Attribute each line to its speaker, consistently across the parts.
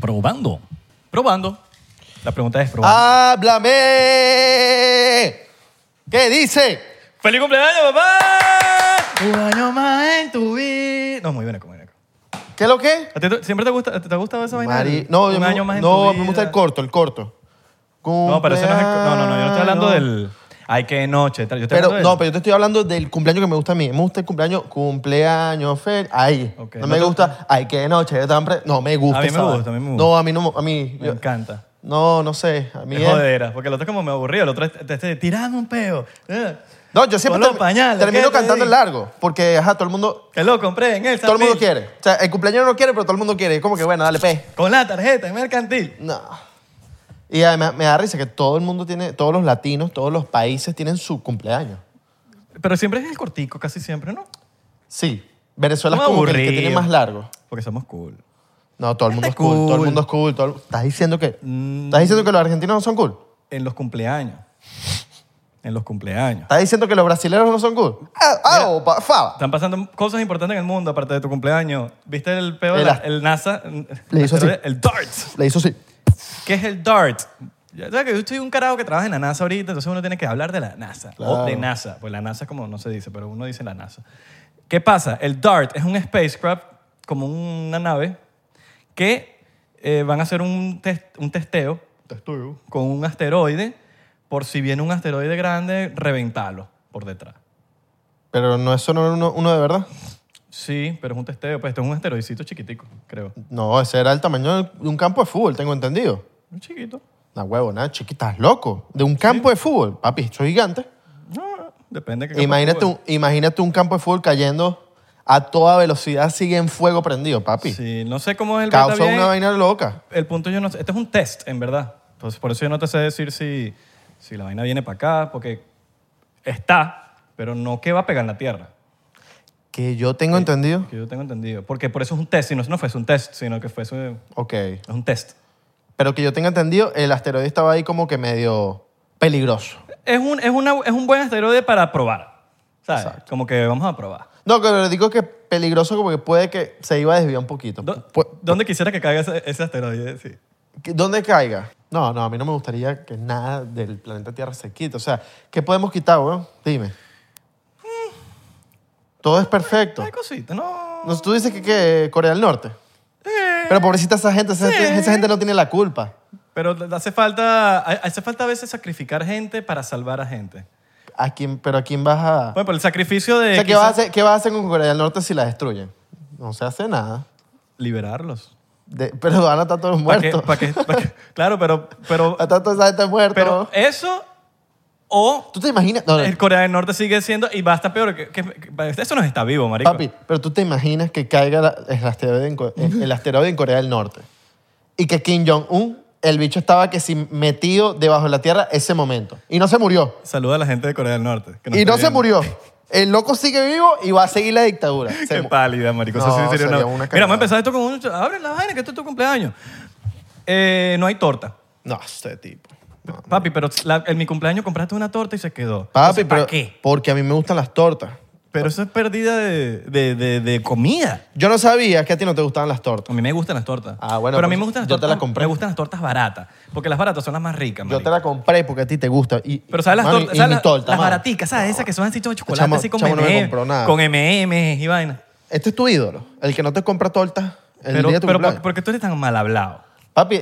Speaker 1: Probando. Probando. La pregunta es probando.
Speaker 2: ¡Háblame! ¿Qué dice?
Speaker 1: ¡Feliz cumpleaños, papá!
Speaker 2: Ah. Un año más en tu vida.
Speaker 1: No, muy bien, muy bien.
Speaker 2: ¿Qué es lo que?
Speaker 1: ¿A ti te- ¿Siempre te, gusta, te ha gustado esa vaina?
Speaker 2: Mari-
Speaker 1: del-
Speaker 2: No,
Speaker 1: un
Speaker 2: me-
Speaker 1: año más en
Speaker 2: no,
Speaker 1: tu
Speaker 2: me gusta el
Speaker 1: vida?
Speaker 2: corto, el corto.
Speaker 1: No, pero eso no es el co- No, no, no, yo no estoy hablando
Speaker 2: Cumpleaños.
Speaker 1: del... Ay, qué noche. tal. Yo estoy
Speaker 2: Pero,
Speaker 1: hablando del-
Speaker 2: no, pero yo te estoy hablando del cumpleaños que me gusta a mí. Me gusta el cumpleaños, cumpleaños, Fer. Ahí.
Speaker 1: Ok.
Speaker 2: No
Speaker 1: No
Speaker 2: me
Speaker 1: te-
Speaker 2: gusta, ay, qué noche tan pre- No, me gusta.
Speaker 1: A mí
Speaker 2: esa
Speaker 1: me
Speaker 2: vaina.
Speaker 1: gusta, a mí me
Speaker 2: No, a mí no, a mí.
Speaker 1: Me
Speaker 2: yo-
Speaker 1: encanta.
Speaker 2: no, no sé. A mí
Speaker 1: Es
Speaker 2: es-
Speaker 1: jodera, porque el otro es como me aburrido. El otro es este, este, tirame un peo. Eh,
Speaker 2: No, yo siempre
Speaker 1: Ponlo
Speaker 2: termi-
Speaker 1: pañal,
Speaker 2: termino
Speaker 1: ¿qué te
Speaker 2: cantando
Speaker 1: digo?
Speaker 2: el largo. Porque, ajá, todo el mundo,
Speaker 1: Que lo compré en el
Speaker 2: todo el mundo
Speaker 1: Sambil,
Speaker 2: quiere. O sea, el cumpleaños no quiere, pero todo el mundo quiere. Es como que, bueno, dale, pe.
Speaker 1: Con la tarjeta en mercantil.
Speaker 2: No. Y además me da risa que todo el mundo tiene, todos los latinos, todos los países tienen su cumpleaños.
Speaker 1: Pero siempre es el cortico, casi siempre, ¿no?
Speaker 2: Sí. Venezuela es
Speaker 1: Muy
Speaker 2: como que el que
Speaker 1: aburrido.
Speaker 2: tiene más largo.
Speaker 1: Porque somos cool.
Speaker 2: No, todo el mundo es
Speaker 1: Está
Speaker 2: cool, todo el
Speaker 1: cool.
Speaker 2: mundo es cool. todo el- ¿Estás diciendo que
Speaker 1: Mm.
Speaker 2: estás diciendo que los argentinos no son cool?
Speaker 1: En los cumpleaños. En los cumpleaños.
Speaker 2: ¿Estás diciendo que los brasileños no son cool? Ah, ah, opa, fa.
Speaker 1: Están pasando cosas importantes en el mundo, aparte de tu cumpleaños. ¿Viste el peo de
Speaker 2: El
Speaker 1: la-
Speaker 2: ast-
Speaker 1: el NASA?
Speaker 2: Le hizo así.
Speaker 1: El DART.
Speaker 2: Le hizo así.
Speaker 1: ¿Qué es el DART? Ya sabes que yo estoy un carajo que trabaja en la NASA ahorita, entonces uno tiene que hablar de la NASA.
Speaker 2: Claro.
Speaker 1: O de NASA. Pues la NASA es como no se dice, pero uno dice la NASA. ¿Qué pasa? El DART es un spacecraft, como una nave, que eh, van a hacer un, test, un testeo
Speaker 2: uh.
Speaker 1: con un asteroide por si viene un asteroide grande, reventarlo por detrás.
Speaker 2: Pero no eso no era uno, uno de verdad.
Speaker 1: Sí, pero es un testeo. Pues esto es un asteroidcito chiquitico, creo.
Speaker 2: No, ese era el tamaño de un campo de fútbol, tengo entendido.
Speaker 1: Un chiquito.
Speaker 2: Una huevo, nada, chiquitas, loco. De un campo de fútbol, papi, esto es gigante.
Speaker 1: No, depende. de qué
Speaker 2: Imagínate
Speaker 1: campo
Speaker 2: un, imagínate un campo de fútbol cayendo a toda velocidad, sigue en fuego prendido, papi.
Speaker 1: juegues. Sí, no sé cómo es el beta
Speaker 2: Causa
Speaker 1: bien.
Speaker 2: una vaina loca.
Speaker 1: El punto yo no sé. Este es un test, en verdad. Entonces, por eso yo no te sé decir si, si la vaina viene para acá, porque está, pero no que va a pegar en la Tierra.
Speaker 2: Que yo tengo entendido.
Speaker 1: Que yo tengo entendido. Porque por eso es un test. Si no, no fuese un test, sino que fuese
Speaker 2: Ok.
Speaker 1: es un test.
Speaker 2: Pero que yo tenga entendido, el asteroide estaba ahí como que medio peligroso.
Speaker 1: Es un, es una- es un buen asteroide para probar. ¿Sabes?
Speaker 2: Exacto.
Speaker 1: Como que vamos a probar.
Speaker 2: No, que lo digo que peligroso porque puede que se iba a desviar un poquito.
Speaker 1: Do-
Speaker 2: Pu-
Speaker 1: ¿Dónde quisiera que caiga ese, ese asteroide? Sí.
Speaker 2: que- ¿Dónde caiga? No, no, a mí no me gustaría que nada del planeta Tierra se quite. O sea, ¿qué podemos quitar, weón? Dime. Todo es perfecto.
Speaker 1: Hay cositas, no.
Speaker 2: No, Tú dices que, que Corea del Norte.
Speaker 1: Eh,
Speaker 2: Pero pobrecita esa gente, esa, gente- esa gente no tiene la culpa.
Speaker 1: Pero hace falta, hace falta a veces sacrificar gente para salvar a gente.
Speaker 2: ¿A quién, ¿Pero a quién vas a...?
Speaker 1: Bueno, por el sacrificio de
Speaker 2: o sea, ¿qué
Speaker 1: quizás
Speaker 2: vas a, hacer, ¿qué vas a hacer con Corea del Norte si la destruyen? No se hace nada.
Speaker 1: liberarlos.
Speaker 2: De- pero van a estar todos
Speaker 1: Pa' que-
Speaker 2: muertos.
Speaker 1: pa' que- pa' que- claro, pero, pero,
Speaker 2: Van a estar toda esa gente muerta.
Speaker 1: pero eso o
Speaker 2: ¿Tú te imaginas? No, no,
Speaker 1: el Corea del Norte sigue siendo y va a estar peor. Que, que- que- eso no está vivo, marico.
Speaker 2: papi, pero ¿tú te imaginas que caiga la- el, asteroide en, Co- el el asteroide en Corea del Norte? Y que Kim Jong-un, el bicho estaba que si metido debajo de la tierra ese momento. Y no se murió.
Speaker 1: Saluda a la gente de Corea del Norte. que nos
Speaker 2: Y
Speaker 1: está
Speaker 2: no se
Speaker 1: viendo.
Speaker 2: murió. El loco sigue vivo y va a seguir la dictadura. Se
Speaker 1: Qué
Speaker 2: mu-
Speaker 1: pálida, marico. Eso sí
Speaker 2: No,
Speaker 1: sería una-
Speaker 2: sería
Speaker 1: Mira,
Speaker 2: una
Speaker 1: vamos
Speaker 2: cagada.
Speaker 1: a empezar esto con un... Abre la vaina, que esto es tu cumpleaños. Eh, no hay torta.
Speaker 2: no, este tipo. No.
Speaker 1: Papi, pero la- en mi cumpleaños compraste una torta y se quedó.
Speaker 2: Papi,
Speaker 1: Entonces, ¿pa'
Speaker 2: pero
Speaker 1: qué?
Speaker 2: porque a mí me gustan las tortas.
Speaker 1: Pero eso es pérdida de, de- de- de comida.
Speaker 2: Yo no sabía que a ti no te gustaban las
Speaker 1: A
Speaker 2: tortas.
Speaker 1: mí me gustan las tortas.
Speaker 2: Ah, bueno,
Speaker 1: Pero a mí
Speaker 2: pues,
Speaker 1: me gustan las
Speaker 2: yo te
Speaker 1: tortas.
Speaker 2: las compré.
Speaker 1: Me gustan las tortas baratas. Porque las baratas son las más ricas,
Speaker 2: Yo te
Speaker 1: marico.
Speaker 2: la compré porque a ti te gusta. Y,
Speaker 1: Pero ¿sabes las
Speaker 2: mano,
Speaker 1: tortas?
Speaker 2: y
Speaker 1: ¿Sabes
Speaker 2: mi
Speaker 1: las-
Speaker 2: torta,
Speaker 1: las
Speaker 2: mano.
Speaker 1: baraticas, ¿sabes? Esas que son así todo de chocolate,
Speaker 2: Chamo-
Speaker 1: así con
Speaker 2: chamo no me
Speaker 1: M&M,
Speaker 2: compró nada.
Speaker 1: Con MM y vaina.
Speaker 2: Este es tu ídolo, el que no te compra tortas el
Speaker 1: pero,
Speaker 2: día de tu
Speaker 1: pero
Speaker 2: cumpleaños.
Speaker 1: ¿por qué tú eres tan mal hablado?
Speaker 2: Papi,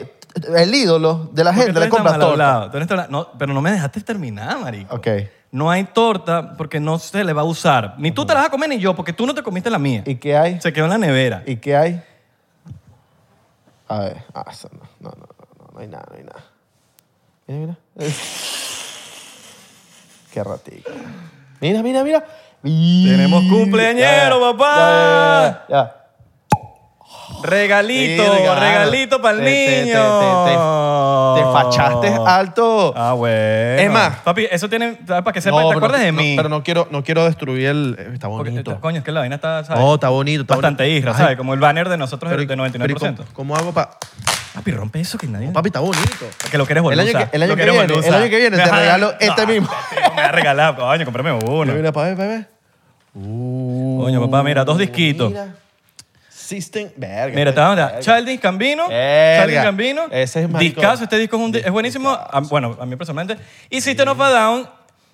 Speaker 2: el ídolo de la
Speaker 1: ¿Por qué
Speaker 2: gente
Speaker 1: tú
Speaker 2: le
Speaker 1: eres tan
Speaker 2: compra
Speaker 1: mal
Speaker 2: tortas.
Speaker 1: hablado? Tú eres tan habla- no, pero no me dejaste terminar, marico.
Speaker 2: Ok.
Speaker 1: No hay torta porque no se le va a usar. Ni tú te la vas a comer ni yo porque tú no te comiste la mía.
Speaker 2: ¿Y qué hay?
Speaker 1: Se quedó en la nevera.
Speaker 2: ¿Y qué hay? A ver. Ah, eso no, no, no, no, no, no hay nada, no hay nada. Mira, mira. Eh. Qué ratito. Mira, mira, mira.
Speaker 1: Tenemos
Speaker 2: Y-
Speaker 1: cumpleañero,
Speaker 2: Ya,
Speaker 1: papá.
Speaker 2: Ya, ya, ya.
Speaker 1: Regalito,
Speaker 2: Sí, regalo.
Speaker 1: regalito para el
Speaker 2: Te- te- te-
Speaker 1: niño. Oh.
Speaker 2: te- te fachaste alto.
Speaker 1: Ah, bueno.
Speaker 2: Es más-
Speaker 1: Papi, eso tiene. ¿sabes? Para que sepa,
Speaker 2: No,
Speaker 1: ¿te
Speaker 2: pero-
Speaker 1: acuerdas de
Speaker 2: no,
Speaker 1: mí?
Speaker 2: pero no quiero, no quiero destruir el. Está
Speaker 1: Porque,
Speaker 2: bonito.
Speaker 1: eh, coño, es que la vaina está. ¿sabes?
Speaker 2: No, está bonito. Está
Speaker 1: Bastante
Speaker 2: bonito.
Speaker 1: isra,
Speaker 2: Ay,
Speaker 1: ¿sabes? Como el banner de nosotros
Speaker 2: pero-
Speaker 1: del- de
Speaker 2: pero ¿y
Speaker 1: 99%.
Speaker 2: ¿cómo, cómo hago para.?
Speaker 1: Papi, rompe eso que nadie.
Speaker 2: Papi, está bonito.
Speaker 1: que lo quieres
Speaker 2: El
Speaker 1: volver
Speaker 2: año que- el año que viene, el año que viene te regalo este mismo.
Speaker 1: Me va a regalar, coño, comprame uno.
Speaker 2: Mira, pa' ver, pa' ver. Uh,
Speaker 1: Coño, papá, mira, dos disquitos.
Speaker 2: mira. existen. Verga.
Speaker 1: Mira, te vamos a
Speaker 2: verga.
Speaker 1: dar Childish Gambino.
Speaker 2: Verga.
Speaker 1: Childish Gambino.
Speaker 2: Ese es marico.
Speaker 1: Discazo, este disco es, un di- es buenísimo.
Speaker 2: Discazo.
Speaker 1: a- bueno, a mí personalmente. Y System of a Down,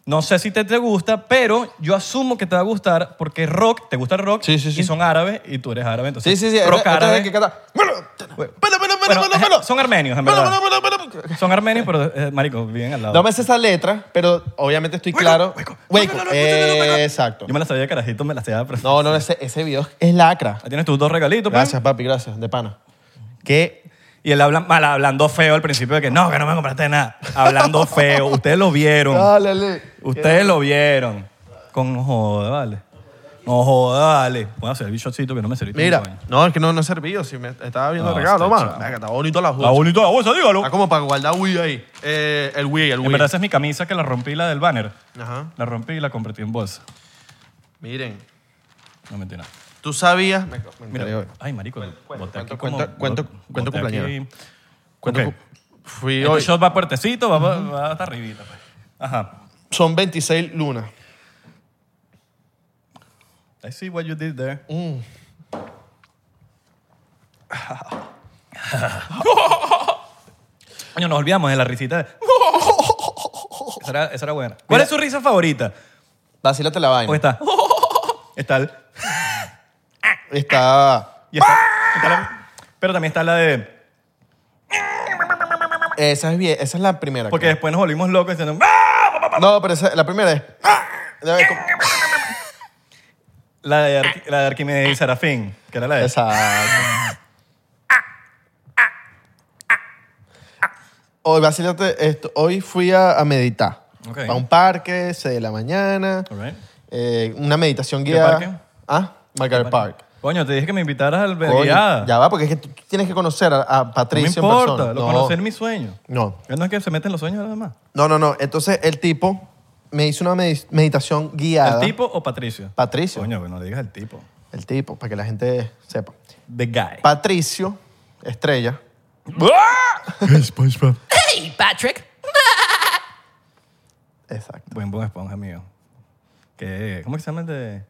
Speaker 1: no sé si te, te gusta, pero yo asumo que te va a gustar porque es rock, te gusta el rock
Speaker 2: Sí, sí, sí.
Speaker 1: y son árabes y tú eres árabe,
Speaker 2: Sí,
Speaker 1: entonces
Speaker 2: sí, sí.
Speaker 1: rock
Speaker 2: Esta- esta
Speaker 1: árabe.
Speaker 2: es la que canta, "Melo, tena, pelo, pelo, pelo,
Speaker 1: Bueno, eh,
Speaker 2: pelo, pelo".
Speaker 1: son armenios, en
Speaker 2: Pelo,
Speaker 1: verdad.
Speaker 2: pelo, pelo, pelo.
Speaker 1: Son armenios, pero eh, marico, viven al lado.
Speaker 2: No me sé esa letra, pero obviamente estoy claro.
Speaker 1: hueco,
Speaker 2: Hueco,
Speaker 1: hueco, hueco, hueco.
Speaker 2: Exacto.
Speaker 1: Yo me la sabía de carajito, me la sabía. Pero...
Speaker 2: No, no, ese, ese video es lacra.
Speaker 1: Ahí tienes tus dos regalitos, pues.
Speaker 2: Gracias, papi, gracias, de pana. Que
Speaker 1: Y él habla, mal, hablando feo al principio de que no, que no me compraste nada. Hablando feo. Ustedes lo vieron.
Speaker 2: Dale,
Speaker 1: Ustedes lo vieron. Con no joda, vale. No joda, vale. Voy a hacer el bichocito que no me serví.
Speaker 2: Mira, no, es que no, no he servido. Si me estaba viendo
Speaker 1: No,
Speaker 2: el regalo,
Speaker 1: está
Speaker 2: mano.
Speaker 1: chao.
Speaker 2: Venga, Está bonito la
Speaker 1: La
Speaker 2: juega.
Speaker 1: bonita de la bolsa, dígalo.
Speaker 2: Está como para guardar Wii ahí. Eh, el Wii,
Speaker 1: En
Speaker 2: el Wii.
Speaker 1: verdad, esa es mi camisa que la rompí, la del banner.
Speaker 2: Ajá.
Speaker 1: La rompí y la convertí en bolsa.
Speaker 2: Miren,
Speaker 1: No mentira.
Speaker 2: tú sabías. Me, me
Speaker 1: Mira,
Speaker 2: enteré hoy.
Speaker 1: ay, marico. boté aquí
Speaker 2: cuento-
Speaker 1: como-
Speaker 2: cuento- cuento-
Speaker 1: boté
Speaker 2: cuento
Speaker 1: aquí.
Speaker 2: cumpleañero.
Speaker 1: Ok.
Speaker 2: Cuento cu- Fui
Speaker 1: Este
Speaker 2: hoy.
Speaker 1: shot va puertecito, va, va- va hasta arribita. pues. Ajá.
Speaker 2: Son 26 lunas.
Speaker 1: I see what you did there.
Speaker 2: Mm.
Speaker 1: Coño, nos olvidamos de la risita. de- esa, era, esa era buena. ¿Cuál es su risa favorita?
Speaker 2: Vacílate la
Speaker 1: ¿O
Speaker 2: vaina.
Speaker 1: está? Está el...
Speaker 2: Está.
Speaker 1: y está- está la- pero también está la de...
Speaker 2: Esa es, bien, esa es la primera.
Speaker 1: Porque
Speaker 2: creo.
Speaker 1: después nos volvimos locos diciendo... "¡Ah!".
Speaker 2: No, pero esa, la primera es. ¡ah! Debe como-
Speaker 1: La de, Arqui- la de Arquímedes y Serafín, que era la de...
Speaker 2: Exacto. Hoy, vacílate esto. Hoy fui a, a meditar.
Speaker 1: Ok.
Speaker 2: A un parque, 6 de la mañana.
Speaker 1: All right.
Speaker 2: eh, una meditación
Speaker 1: ¿Qué
Speaker 2: guiada.
Speaker 1: parque?
Speaker 2: Ah, Margaret Park.
Speaker 1: Coño, te dije que me invitaras al
Speaker 2: Coño,
Speaker 1: guiada.
Speaker 2: ya va, porque es que tú tienes que conocer a, a
Speaker 1: No me
Speaker 2: Patricio en persona.
Speaker 1: importa, lo
Speaker 2: No.
Speaker 1: conocer mi sueño.
Speaker 2: No.
Speaker 1: No es que se meten los sueños de los demás.
Speaker 2: no, no, no. Entonces el tipo me hizo una medi- meditación guiada.
Speaker 1: ¿El tipo o Patricio?
Speaker 2: Patricio.
Speaker 1: Coño, que no le digas el tipo.
Speaker 2: El tipo, para que la gente sepa.
Speaker 1: The guy.
Speaker 2: Patricio, estrella.
Speaker 1: ¡Ah! SpongeBob.
Speaker 3: Hey, Patrick.
Speaker 2: Exacto.
Speaker 1: Buen Bob Esponja mío. Que, ¿Cómo que se llama el de...? el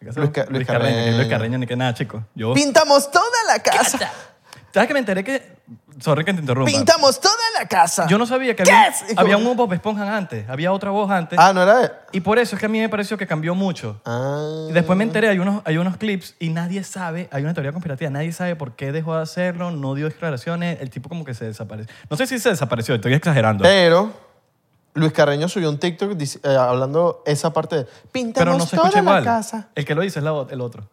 Speaker 1: que hace-
Speaker 2: Luis Ca- Luis
Speaker 1: que
Speaker 2: Carreño.
Speaker 1: Luis Carreño, ni que nada, chico. Yo,
Speaker 2: Pintamos toda la casa.
Speaker 1: ¿Sabes que me enteré que... Sorry que te interrumpa.
Speaker 2: Pintamos toda la casa.
Speaker 1: Yo no sabía que
Speaker 2: ¿Qué
Speaker 1: había,
Speaker 2: es?
Speaker 1: había un Bob Esponja antes. Había otra voz antes.
Speaker 2: Ah, no era él.
Speaker 1: Y por eso es que a mí me pareció que cambió mucho.
Speaker 2: Ah.
Speaker 1: Y después me enteré, hay unos, hay unos clips y nadie sabe, hay una teoría conspirativa, nadie sabe por qué dejó de hacerlo, no dio declaraciones, el tipo como que se desapareció. No sé si se desapareció, estoy exagerando.
Speaker 2: Pero Luis Carreño subió un TikTok dic- eh, hablando esa parte de pintamos
Speaker 1: pero no se
Speaker 2: toda
Speaker 1: escucha
Speaker 2: la
Speaker 1: igual.
Speaker 2: casa.
Speaker 1: El que lo dice es la o- el otro.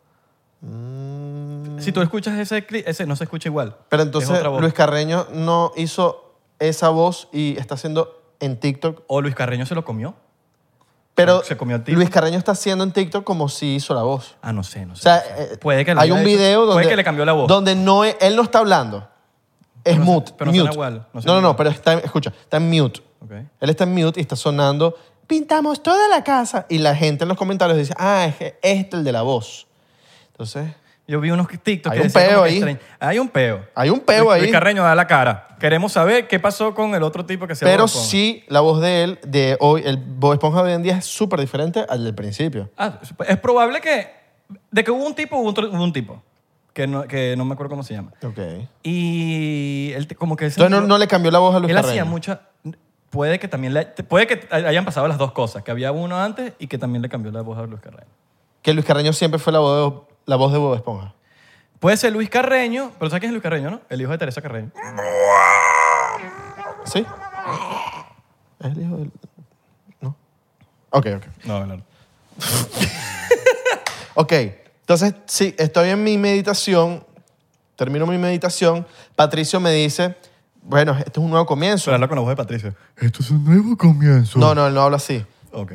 Speaker 1: Si tú escuchas ese clip, ese no se escucha igual.
Speaker 2: Mm. Pero
Speaker 1: Es
Speaker 2: entonces
Speaker 1: otra voz.
Speaker 2: Luis Carreño no hizo esa voz y está haciendo en TikTok.
Speaker 1: O Luis Carreño se lo comió.
Speaker 2: Pero
Speaker 1: Se comió el tipo.
Speaker 2: Luis Carreño está haciendo en TikTok como si hizo la voz.
Speaker 1: Ah, no sé, no sé.
Speaker 2: O sea,
Speaker 1: no sé.
Speaker 2: eh,
Speaker 1: puede que lo
Speaker 2: hay
Speaker 1: haya
Speaker 2: un
Speaker 1: hecho.
Speaker 2: video donde,
Speaker 1: Puede que le cambió la voz.
Speaker 2: donde no es- él no está hablando. Es
Speaker 1: Pero no-
Speaker 2: mute.
Speaker 1: pero no suena
Speaker 2: mute.
Speaker 1: igual, no
Speaker 2: No,
Speaker 1: suena
Speaker 2: no, no,
Speaker 1: igual.
Speaker 2: pero está, escucha, está en mute.
Speaker 1: Ok.
Speaker 2: Él está en mute y está sonando, pintamos toda la casa. Y la gente en los comentarios dice, ah, es que este es el de la voz. Entonces,
Speaker 1: Yo vi unos TikToks
Speaker 2: Hay
Speaker 1: que
Speaker 2: un
Speaker 1: decían como
Speaker 2: peo
Speaker 1: que
Speaker 2: ahí.
Speaker 1: extraño. Hay un peo.
Speaker 2: hay un peo
Speaker 1: Luis-
Speaker 2: ahí.
Speaker 1: Luis Carreño da la cara. Queremos saber qué pasó con el otro tipo que se
Speaker 2: pero
Speaker 1: abocó.
Speaker 2: sí, la voz de él, de hoy, el Bob Esponja de hoy en día es súper diferente al del principio.
Speaker 1: Ah, es probable que... De que hubo un tipo, hubo, otro- hubo un tipo. Que no, que no me acuerdo cómo se llama.
Speaker 2: Ok. Entonces
Speaker 1: Y él te- como que...
Speaker 2: no, no le cambió la voz a Luis
Speaker 1: Él
Speaker 2: Carreño.
Speaker 1: hacía mucha... Puede que también le- puede que hayan pasado las dos cosas, que había uno antes y que también le cambió la voz a Luis Carreño.
Speaker 2: Que Luis Carreño siempre fue la voz de, la voz de Bob Esponja.
Speaker 1: Puede ser Luis Carreño, pero ¿sabes quién es Luis Carreño, no? El hijo de Teresa Carreño.
Speaker 2: ¿Sí? ¿Es el hijo del...? ¿No? Ok, ok.
Speaker 1: No, no. no.
Speaker 2: Ok, entonces sí, estoy en mi meditación, termino mi meditación, Patricio me dice, bueno, esto es un nuevo comienzo.
Speaker 1: Suenarlo con la voz de Patricio.
Speaker 4: Esto es un nuevo comienzo.
Speaker 2: No, no, él no habla así.
Speaker 1: Ok.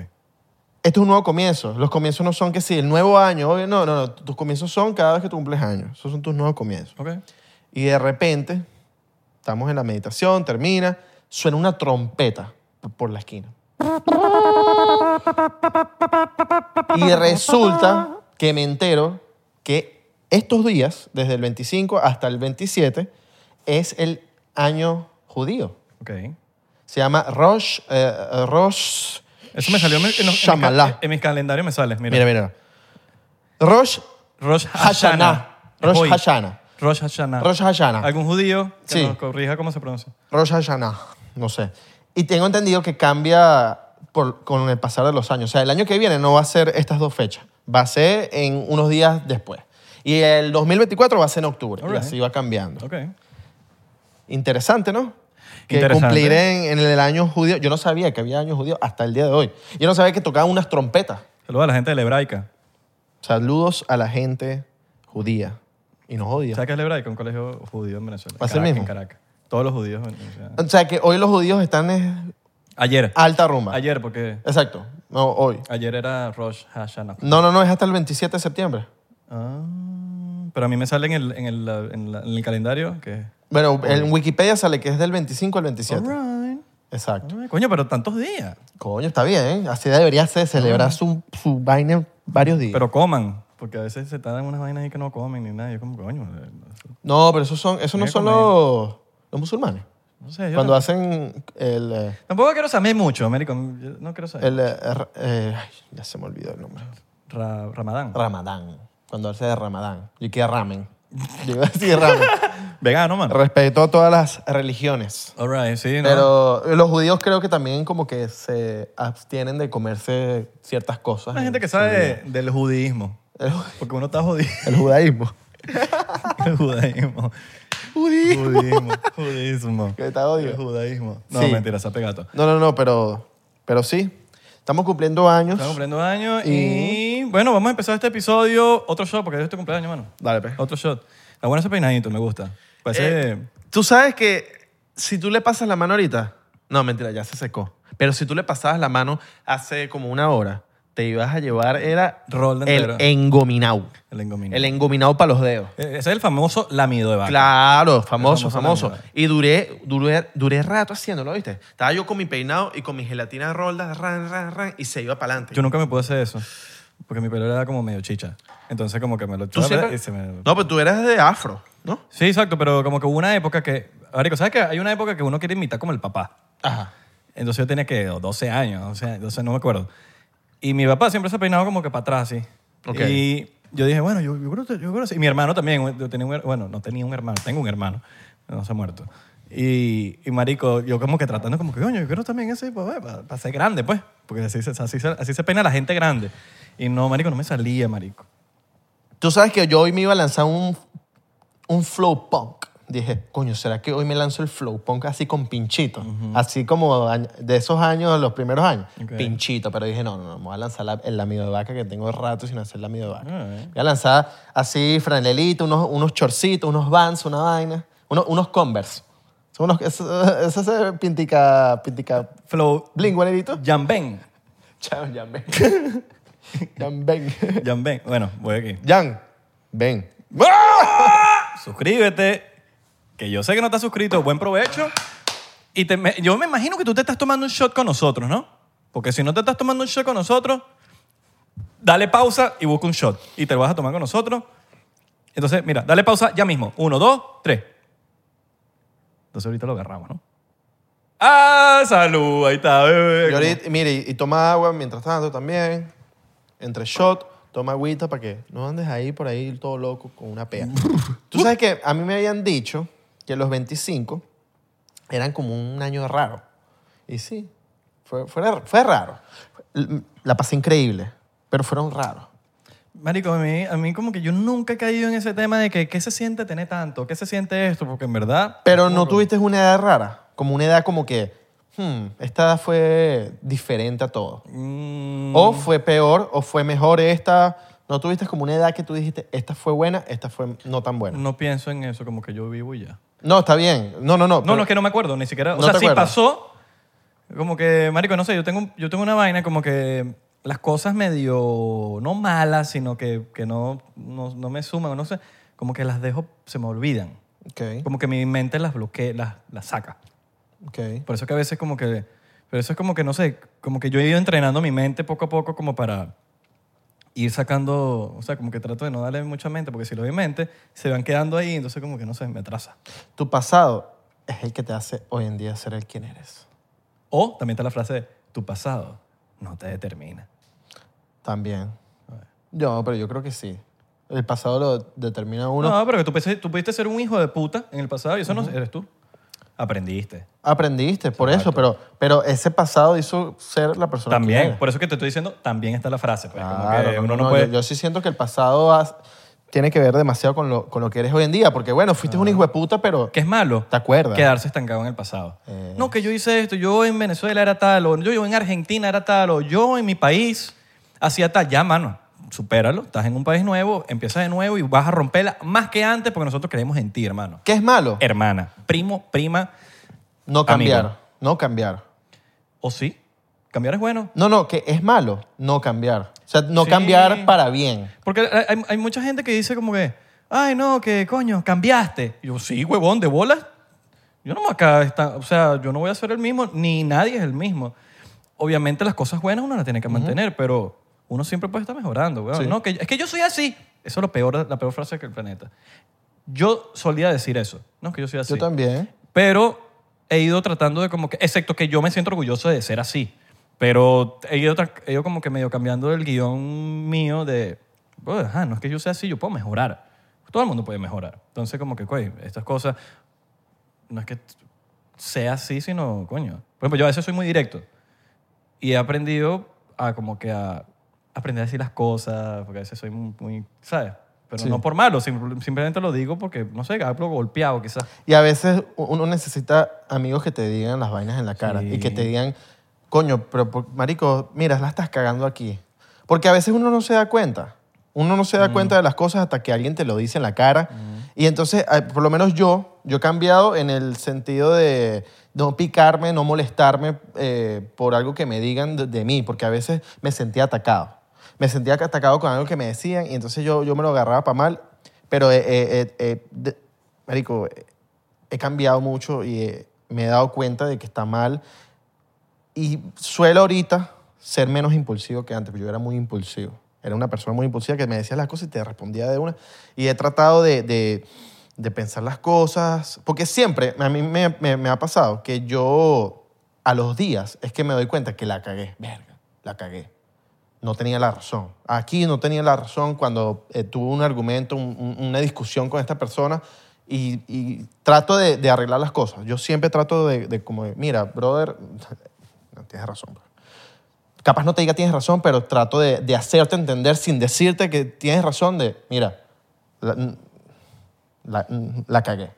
Speaker 2: Esto es un nuevo comienzo. Los comienzos no son que sí, el nuevo año, obvio, no, no, no, tus comienzos son cada vez que tú cumples años, esos son tus nuevos comienzos.
Speaker 1: Ok.
Speaker 2: Y de repente, estamos en la meditación, termina, suena una trompeta por- por la esquina. Y resulta que me entero que estos días, desde el 25 hasta el 27, es el año judío.
Speaker 1: Ok.
Speaker 2: Se llama Rosh, eh, Rosh
Speaker 1: Eso me salió en, en- en- en-
Speaker 2: Shamalá.
Speaker 1: en mis calendarios me sale. Mira.
Speaker 2: Mira, mira. Rosh
Speaker 1: Rosh Hashanah.
Speaker 2: Hashanah. Rosh
Speaker 1: hoy.
Speaker 2: Hashanah.
Speaker 1: Rosh Hashanah.
Speaker 2: Rosh Hashanah.
Speaker 1: ¿Algún judío que
Speaker 2: Sí.
Speaker 1: nos corrija cómo se pronuncia?
Speaker 2: Rosh Hashanah, no sé. Y tengo entendido que cambia por- con el pasar de los años. O sea, el año que viene no va a ser estas dos fechas, va a ser en unos días después. Y el 2024 va a ser en octubre.
Speaker 1: Alright.
Speaker 2: Y así va cambiando.
Speaker 1: Ok.
Speaker 2: Interesante, ¿no? Que
Speaker 1: Interesante.
Speaker 2: cumplir en, en el año judío. Yo no sabía que había año judío hasta el día de hoy. Yo no sabía que tocaban unas trompetas.
Speaker 1: Saludos a la gente de la hebraica.
Speaker 2: Saludos a la gente judía. Y no jodía.
Speaker 1: ¿Sabes qué es la hebraica? Un colegio judío en Venezuela.
Speaker 2: ¿Así
Speaker 1: Caracas,
Speaker 2: mismo?
Speaker 1: En Caracas. Todos los judíos. en- o sea,
Speaker 2: O sea, que hoy los judíos están en
Speaker 1: ayer.
Speaker 2: alta rumba.
Speaker 1: Ayer, porque
Speaker 2: Exacto. No, hoy.
Speaker 1: ayer era Rosh Hashanah.
Speaker 2: No, no, no, es hasta el 27 de septiembre.
Speaker 1: Ah, pero a mí me sale en el, en el, en la- en el calendario que...
Speaker 2: Bueno, en Wikipedia sale que es del 25 al 27.
Speaker 1: Alright.
Speaker 2: Exacto.
Speaker 1: Alright. Coño, pero tantos días.
Speaker 2: Coño, está bien, ¿eh? Así debería ser, celebrar su, su vaina varios días.
Speaker 1: Pero coman, porque a veces se tardan unas vainas ahí que no comen ni nada. Yo como, coño, eh,
Speaker 2: no, pero esos, son, esos no
Speaker 1: Mira
Speaker 2: son
Speaker 1: cómo
Speaker 2: los, los musulmanes.
Speaker 1: no sé. Yo
Speaker 2: Cuando
Speaker 1: tam-
Speaker 2: hacen el... eh,
Speaker 1: Tampoco quiero saber mucho, Américo. Yo No quiero saber.
Speaker 2: el eh, r- eh, ay, ya se me olvidó el nombre.
Speaker 1: Ra- Ramadán.
Speaker 2: Ramadán. Cuando hace de Ramadán. Yo quiero ramen. Yo iba a decir ramen.
Speaker 1: Vegano, man.
Speaker 2: Respeto a todas las religiones.
Speaker 1: Alright, sí, ¿no?
Speaker 2: Pero los judíos creo que también como que se abstienen de comerse ciertas cosas.
Speaker 1: Hay gente que
Speaker 2: en su
Speaker 1: sabe del judaísmo.
Speaker 2: vida.
Speaker 1: Porque uno está jodido.
Speaker 2: El, el judaísmo.
Speaker 1: El judaísmo.
Speaker 2: Judío.
Speaker 1: Judismo. Judismo.
Speaker 2: Que está odio.
Speaker 1: El judaísmo. No,
Speaker 2: Sí.
Speaker 1: mentira, se ha pegado.
Speaker 2: No, no, no, pero, pero sí. Estamos cumpliendo años.
Speaker 1: Estamos cumpliendo años y...
Speaker 2: Y-
Speaker 1: Bueno, vamos a empezar este episodio. Otro shot, porque hoy es tu cumpleaños, mano.
Speaker 2: Dale, pues.
Speaker 1: Otro shot. La buena ese peinadito, me gusta. Parece...
Speaker 2: Tú sabes que si tú le pasas la mano ahorita... No, mentira, ya se secó. Pero si tú le pasabas la mano hace como una hora, te ibas a llevar era
Speaker 1: Rol de
Speaker 2: el
Speaker 1: entero.
Speaker 2: engominado.
Speaker 1: el engomino.
Speaker 2: El engominado para los dedos.
Speaker 1: Eh, Ese es el famoso lamido de vaca.
Speaker 2: Claro, famoso,
Speaker 1: El famoso
Speaker 2: famoso.
Speaker 1: también,
Speaker 2: Y duré, duré, duré rato haciéndolo, ¿viste? Estaba yo con mi peinado y con mi gelatina de rolda, ran, ran, ran, y se iba para adelante.
Speaker 1: Yo nunca me pude hacer eso. Porque mi pelo era como medio chicha. Entonces como que me lo...
Speaker 2: ¿Tú siempre-
Speaker 1: y se me-
Speaker 2: No, pero tú eras de afro, ¿no?
Speaker 1: Sí, exacto, pero como que hubo una época que... Marico, ¿sabes qué? Hay una época que uno quiere imitar como el papá.
Speaker 2: Ajá.
Speaker 1: Entonces yo tenía que 12 años, o sea, entonces no me acuerdo. Y mi papá siempre se peinaba como que para atrás, así.
Speaker 2: Ok.
Speaker 1: Y yo dije, bueno, yo, yo creo que... Yo creo que sí. Y mi hermano también, yo tenía un her- bueno, no tenía un hermano, tengo un hermano, no se ha muerto. Y, y marico, yo como que tratando como que, coño, yo quiero también ese, para ser grande, pues. Porque así, se- así, se- así se peina la gente grande. Y no, marico, no me salía, marico.
Speaker 2: Tú sabes que yo hoy me iba a lanzar un, un flow punk. Dije, coño, ¿será que hoy me lanzo el flow punk así con pinchito? Así como añ- de esos años, los primeros años.
Speaker 1: Ok.
Speaker 2: Pinchito, pero dije, no, no, no, me voy a lanzar la- el lamido de vaca que tengo rato sin hacer lamido de vaca.
Speaker 1: Alright.
Speaker 2: Voy a lanzar así franelito, unos, unos chorcitos, unos vans, una vaina, uno- unos converse. Son unos, eso, eso es pintica, pintica,
Speaker 1: Flow,
Speaker 2: bling, guanelito.
Speaker 1: Jamben.
Speaker 2: Chao, Jan, ven. Jan, ven.
Speaker 1: Jamben. Bueno, voy aquí.
Speaker 2: Jan, ven.
Speaker 1: suscríbete, que yo sé que no estás suscrito, buen provecho. Y te- me- yo me imagino que tú te estás tomando un shot con nosotros, ¿no? Porque si no te estás tomando un shot con nosotros, dale pausa y busca un shot. Y te lo vas a tomar con nosotros. Entonces, mira, dale pausa ya mismo. Uno, dos, tres. Entonces ahorita lo agarramos, ¿no? ¡Ah, salud! Ahí está, bebé.
Speaker 2: Y ahorita- mire, y- y toma agua mientras tanto también. Entre shot, toma agüita para que no andes ahí por ahí todo loco con una pea. Tú sabes que a mí me habían dicho que los 25 eran como un año raro. Y sí, fue, fue- fue raro. L- La pasé increíble, pero fueron raros.
Speaker 1: Marico, a mí, a mí como que yo nunca he caído en ese tema de que qué se siente tener tanto, qué se siente esto, porque en verdad...
Speaker 2: Pero no tuviste una edad rara, como una edad como que, hmm, esta edad fue diferente a todo.
Speaker 1: mm,
Speaker 2: O fue peor, o fue mejor esta. No tuviste como una edad que tú dijiste, esta fue buena, esta fue no tan buena.
Speaker 1: No pienso en eso, como que yo vivo y ya.
Speaker 2: No, está bien. No, no, no.
Speaker 1: No,
Speaker 2: pero-
Speaker 1: no, es que no me acuerdo ni siquiera. O
Speaker 2: No
Speaker 1: sea,
Speaker 2: te
Speaker 1: si
Speaker 2: acuerdas.
Speaker 1: pasó, como que, marico, no sé, yo tengo, un- yo tengo una vaina como que las cosas medio, no malas, sino que, que no, no, no me suman, o no sé, como que las dejo, se me olvidan.
Speaker 2: Ok,
Speaker 1: Como que mi mente las bloquea, las, las saca.
Speaker 2: ok.
Speaker 1: Por eso que a veces como que, pero eso es como que, no sé, como que yo he ido entrenando mi mente poco a poco como para ir sacando, o sea, como que trato de no darle mucha mente, porque si lo doy mente, se van quedando ahí, entonces como que, no sé, me atrasa.
Speaker 2: Tu pasado es el que te hace hoy en día ser el quien eres.
Speaker 1: O también está la frase, de, tu pasado no te determina.
Speaker 2: También. No, pero yo creo que sí. El pasado lo determina uno.
Speaker 1: No, pero que tú, pudiste- tú pudiste ser un hijo de puta en el pasado y eso no eres tú. Aprendiste.
Speaker 2: Aprendiste por eso, pero, pero ese pasado hizo ser la persona que
Speaker 1: También,
Speaker 2: eres.
Speaker 1: por eso que te estoy diciendo, también está la frase. Pues, como
Speaker 2: Claro,
Speaker 1: que
Speaker 2: no,
Speaker 1: uno
Speaker 2: no,
Speaker 1: no
Speaker 2: no,
Speaker 1: puede...
Speaker 2: yo, yo sí siento que el pasado has- tiene que ver demasiado con lo, con lo que eres hoy en día, porque bueno, fuiste un hijo de puta, pero
Speaker 1: Ah. que es malo.
Speaker 2: ¿Te acuerdas? Eh.
Speaker 1: Quedarse estancado en el pasado. No, que yo hice esto, yo en Venezuela era tal, o yo, yo en Argentina era tal, o yo en mi país hacía tal. Ya, mano, supéralo. Estás en un país nuevo, empiezas de nuevo y vas a romperla más que antes porque nosotros creemos en ti, hermano.
Speaker 2: ¿qué es malo?
Speaker 1: Hermana, primo, prima,
Speaker 2: No cambiar,
Speaker 1: Eh, Amigo.
Speaker 2: no cambiar.
Speaker 1: o sí. Cambiar es bueno.
Speaker 2: No, no, que es malo no cambiar. O sea, no
Speaker 1: Sí.
Speaker 2: cambiar para bien.
Speaker 1: Porque hay, hay mucha gente que dice como que, ay, no, que coño, cambiaste. Y yo, sí, huevón, de bolas. Yo no me voy a quedar esta- o sea, yo no voy a ser el mismo, ni nadie es el mismo. Obviamente las cosas buenas uno las tiene que mantener, pero uno siempre puede estar mejorando, huevón.
Speaker 2: Sí.
Speaker 1: No, que, es que yo soy así. Eso es lo peor, la peor frase que el planeta. Yo solía decir eso, no, que yo soy así.
Speaker 2: Yo también.
Speaker 1: Pero he ido tratando de como que, excepto que yo me siento orgulloso de ser así, pero he ido, tra- he ido como que medio cambiando el guión mío de, "Bueno, ajá, no es que yo sea así, yo puedo mejorar. Todo el mundo puede mejorar. Entonces como que, coño, estas cosas, no es que t- sea así, sino, coño. Por ejemplo, yo a veces soy muy directo y he aprendido a como que a aprender a decir las cosas, porque a veces soy muy, muy, ¿sabes? Pero
Speaker 2: Sí.
Speaker 1: no por malo, simple- simplemente lo digo porque, no sé, hablo golpeado quizás.
Speaker 2: Y a veces uno necesita amigos que te digan las vainas en la cara
Speaker 1: Sí.
Speaker 2: y que te digan, coño, pero por- marico, mira, la estás cagando aquí. Porque a veces uno no se da cuenta. Uno no se da cuenta de las cosas hasta que alguien te lo dice en la cara. Y entonces, a- por lo menos yo, yo he cambiado en el sentido de no picarme, no molestarme eh, por algo que me digan de, de mí, porque a veces me sentía atacado. Me sentía atacado con algo que me decían y entonces yo, yo me lo agarraba para mal. Pero, eh, eh, eh, eh, de- marico, eh, he cambiado mucho y eh, me he dado cuenta de que está mal. Y suelo ahorita ser menos impulsivo que antes, porque yo era muy impulsivo. Era una persona muy impulsiva que me decía las cosas y te respondía de una. Y he tratado de, de- de pensar las cosas, porque siempre a mí me, me- me ha pasado que yo a los días es que me doy cuenta que la cagué, verga, la cagué no tenía la razón. Aquí no tenía la razón cuando eh, tuve un argumento, un- un- una discusión con esta persona y, y trato de, de arreglar las cosas. Yo siempre trato de, de como, de, mira, brother, no tienes razón. bro". Capaz no te diga tienes razón, pero trato de, de hacerte entender sin decirte que tienes razón de, mira, la, la- la cagué.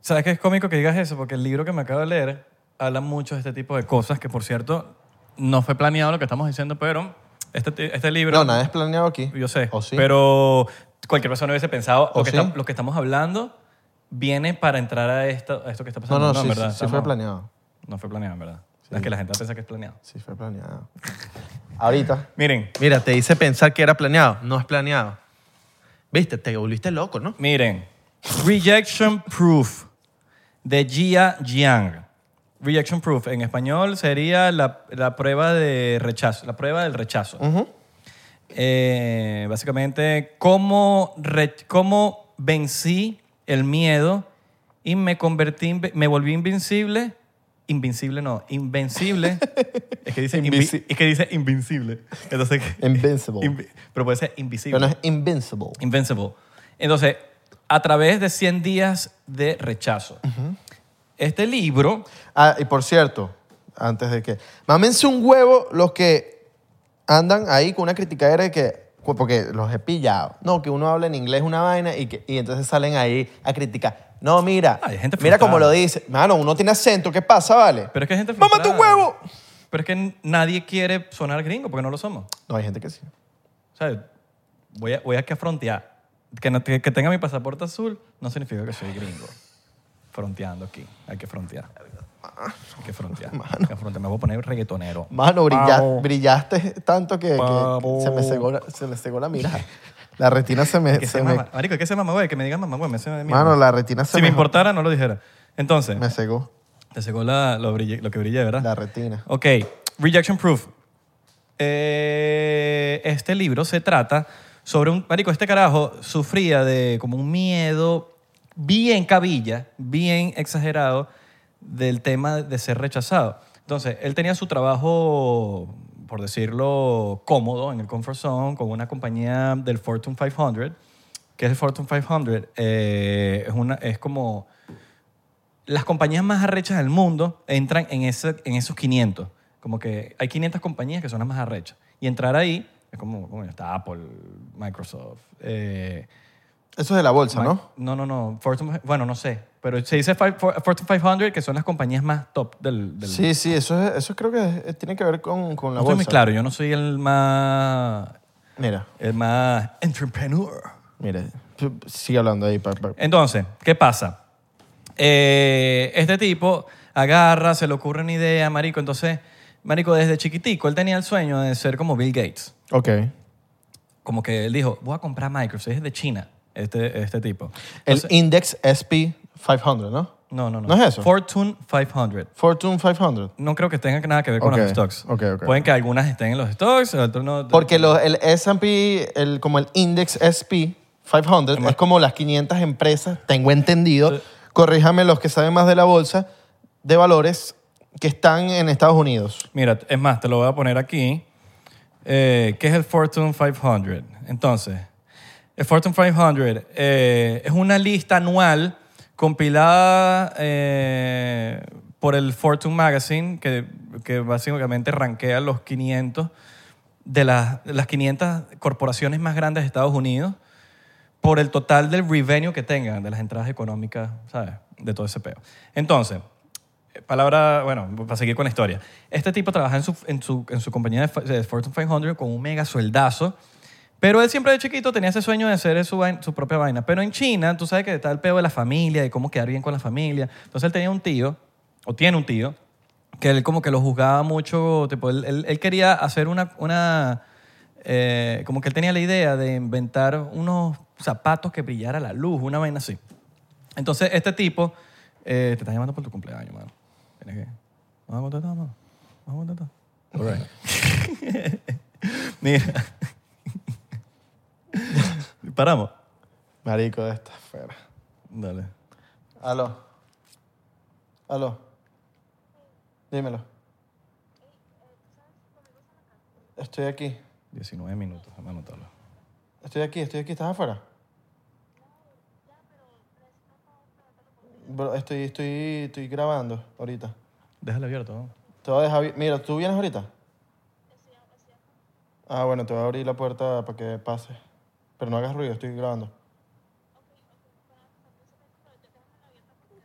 Speaker 1: ¿Sabes qué es cómico que digas eso? Porque el libro que me acabo de leer habla mucho de este tipo de cosas que, por cierto, no fue planeado lo que estamos diciendo, pero este, ti- este libro...
Speaker 2: No, nada es planeado aquí.
Speaker 1: Yo sé,
Speaker 2: ¿O sí?
Speaker 1: pero cualquier persona hubiese pensado
Speaker 2: ¿O
Speaker 1: lo que,
Speaker 2: sí?
Speaker 1: está- lo que estamos hablando viene para entrar a esto, a esto que está
Speaker 2: no,
Speaker 1: pasando.
Speaker 2: no,
Speaker 1: en
Speaker 2: sí,
Speaker 1: verdad.
Speaker 2: sí, sí fue
Speaker 1: estamos-
Speaker 2: planeado.
Speaker 1: No fue planeado, en verdad. Es que la gente piensa que es planeado.
Speaker 2: Sí fue planeado. Ahorita.
Speaker 1: Miren,
Speaker 3: Mira, te hice pensar que era planeado. No es planeado. Viste, te volviste loco, ¿no?
Speaker 1: Miren, Rejection Proof de Jia Jiang. Rejection Proof en español sería la, la prueba de rechazo, la prueba del rechazo.
Speaker 2: Mm.
Speaker 1: Eh, básicamente, ¿cómo, re- cómo vencí el miedo y me convertí, en- me volví invencible? Invincible no, invencible. es, que dice invi-
Speaker 2: Invici-
Speaker 1: es que dice invincible. Entonces,
Speaker 2: Invincible.
Speaker 1: invi- pero puede ser invisible.
Speaker 2: Pero no es invincible.
Speaker 1: Invincible. Entonces, a través de 100 días de rechazo. Este libro,
Speaker 2: Ah, y por cierto, antes de que. Mámense un huevo los que andan ahí con una criticadera de que. Porque los he pillado. No, que uno habla en inglés una vaina y, que, y entonces salen ahí a criticar. No, mira.
Speaker 1: Ay, hay gente
Speaker 2: mira cómo lo
Speaker 1: frustrada.
Speaker 2: dice. Mano, uno tiene acento. ¿Qué pasa, vale?
Speaker 1: pero es que hay gente
Speaker 2: ¡Mámate un
Speaker 1: frustrada.
Speaker 2: huevo!
Speaker 1: Pero es que n- nadie quiere sonar gringo porque no lo somos.
Speaker 2: No, hay gente que sí.
Speaker 1: O sea, voy a, voy a que frontear. Que, no- que- que tenga mi pasaporte azul no significa que soy gringo. Fronteando aquí. Hay que frontear. Hay que frontear. Hay que frontear. Me voy a poner reggaetonero.
Speaker 2: Mano, brilla-
Speaker 1: Pavo.
Speaker 2: brillaste tanto que, que- que
Speaker 1: Pavo.
Speaker 2: se, me cegó, la- se me cegó la mirada. La retina se me.
Speaker 1: Que
Speaker 2: se
Speaker 1: se
Speaker 2: me-
Speaker 1: mama- Marico, ¿qué se mama, güey? Que me digan mamá, güey. Me hace de mierda.
Speaker 2: mano, la retina se
Speaker 1: si
Speaker 2: me.
Speaker 1: me importara, no lo dijera. Entonces,
Speaker 2: Me cegó
Speaker 1: te secó la, lo, brille- lo que brilla, ¿verdad?
Speaker 2: la retina.
Speaker 1: Ok, Rejection Proof. Eh, este libro se trata sobre un... Marico, este carajo sufría de como un miedo bien cabilla, bien exagerado del tema de ser rechazado. Entonces, él tenía su trabajo por decirlo, cómodo en el comfort zone con una compañía del Fortune 500, que es el Fortune 500, eh, es, una, es como las compañías más arrechas del mundo entran en, ese, en esos 500. Como que hay 500 compañías que son las más arrechas. Y entrar ahí es como, bueno, está Apple, Microsoft. eh,
Speaker 2: Eso es de la bolsa, ¿no?
Speaker 1: Mi- No, no, no. Fortune- bueno, no sé. Pero se dice fi- for- Fortune 500, que son las compañías más top del, del
Speaker 2: Sí, sí, eso, es- eso creo que es- tiene que ver con, con
Speaker 1: No
Speaker 2: la
Speaker 1: estoy
Speaker 2: bolsa.
Speaker 1: muy claro. Yo no soy el más,
Speaker 2: Mira,
Speaker 1: el más entrepreneur.
Speaker 2: mira. Tú Sigue hablando ahí. pa- pa-
Speaker 1: Entonces, ¿qué pasa? Eh, este tipo agarra, se le ocurre una idea, marico. Entonces, marico, desde chiquitico, él tenía el sueño de ser como Bill Gates.
Speaker 2: Ok.
Speaker 1: Como que él dijo, voy a comprar Microsoft. Es de China, este, este tipo.
Speaker 2: El
Speaker 1: Entonces-
Speaker 2: Index SP 500, ¿no?
Speaker 1: no, no, no.
Speaker 2: ¿No es eso?
Speaker 1: Fortune 500.
Speaker 2: Fortune 500.
Speaker 1: No creo que tenga nada que ver con
Speaker 2: Ok,
Speaker 1: los stocks.
Speaker 2: ok, ok.
Speaker 1: Pueden que algunas estén en los stocks, otras no.
Speaker 2: Porque lo- el S&P, el, como el Index SP 500, es como las 500 empresas, tengo entendido, corríjame los que saben más de la bolsa, de valores que están en Estados Unidos.
Speaker 1: Mira, es más, te lo voy a poner aquí. Eh, ¿Qué es el Fortune 500? Entonces, el Fortune 500 eh, es una lista anual compilada eh, por el Fortune Magazine que, que básicamente rankea los 500 de las, de las 500 corporaciones más grandes de Estados Unidos por el total del revenue que tengan, de las entradas económicas, ¿sabes? De todo ese peo. Entonces, eh, palabra, bueno, para seguir con la historia. Este tipo trabaja en su, en su, en su compañía de, fa- de Fortune 500 con un mega sueldazo, pero él siempre de chiquito tenía ese sueño de hacer su, vain- su propia vaina. Pero en China, tú sabes que está el peo de la familia, de cómo quedar bien con la familia. Entonces él tenía un tío, o tiene un tío, que él como que lo juzgaba mucho, tipo, él, él- él quería hacer una, una eh, como que él tenía la idea de inventar unos zapatos que brillara la luz, una vaina así. Entonces, este tipo, eh, te están llamando por tu cumpleaños, mano. Tienes que, vamos a contestar, mano. Vamos a contestar. All right. Mira. Paramos.
Speaker 2: Marico, de esta fuera.
Speaker 1: Dale.
Speaker 2: Aló. Aló. Dímelo. Estoy aquí.
Speaker 1: 19 minutos, vamos a anotarlo.
Speaker 2: Estoy aquí, estoy aquí. ¿Estás afuera? Bro, estoy, estoy, estoy grabando ahorita.
Speaker 1: Déjale abierto, ¿no?
Speaker 2: Te voy a dejar abri- Mira, ¿tú vienes ahorita? Ah, bueno, te voy a abrir la puerta para que pases. Pero no hagas ruido, estoy grabando.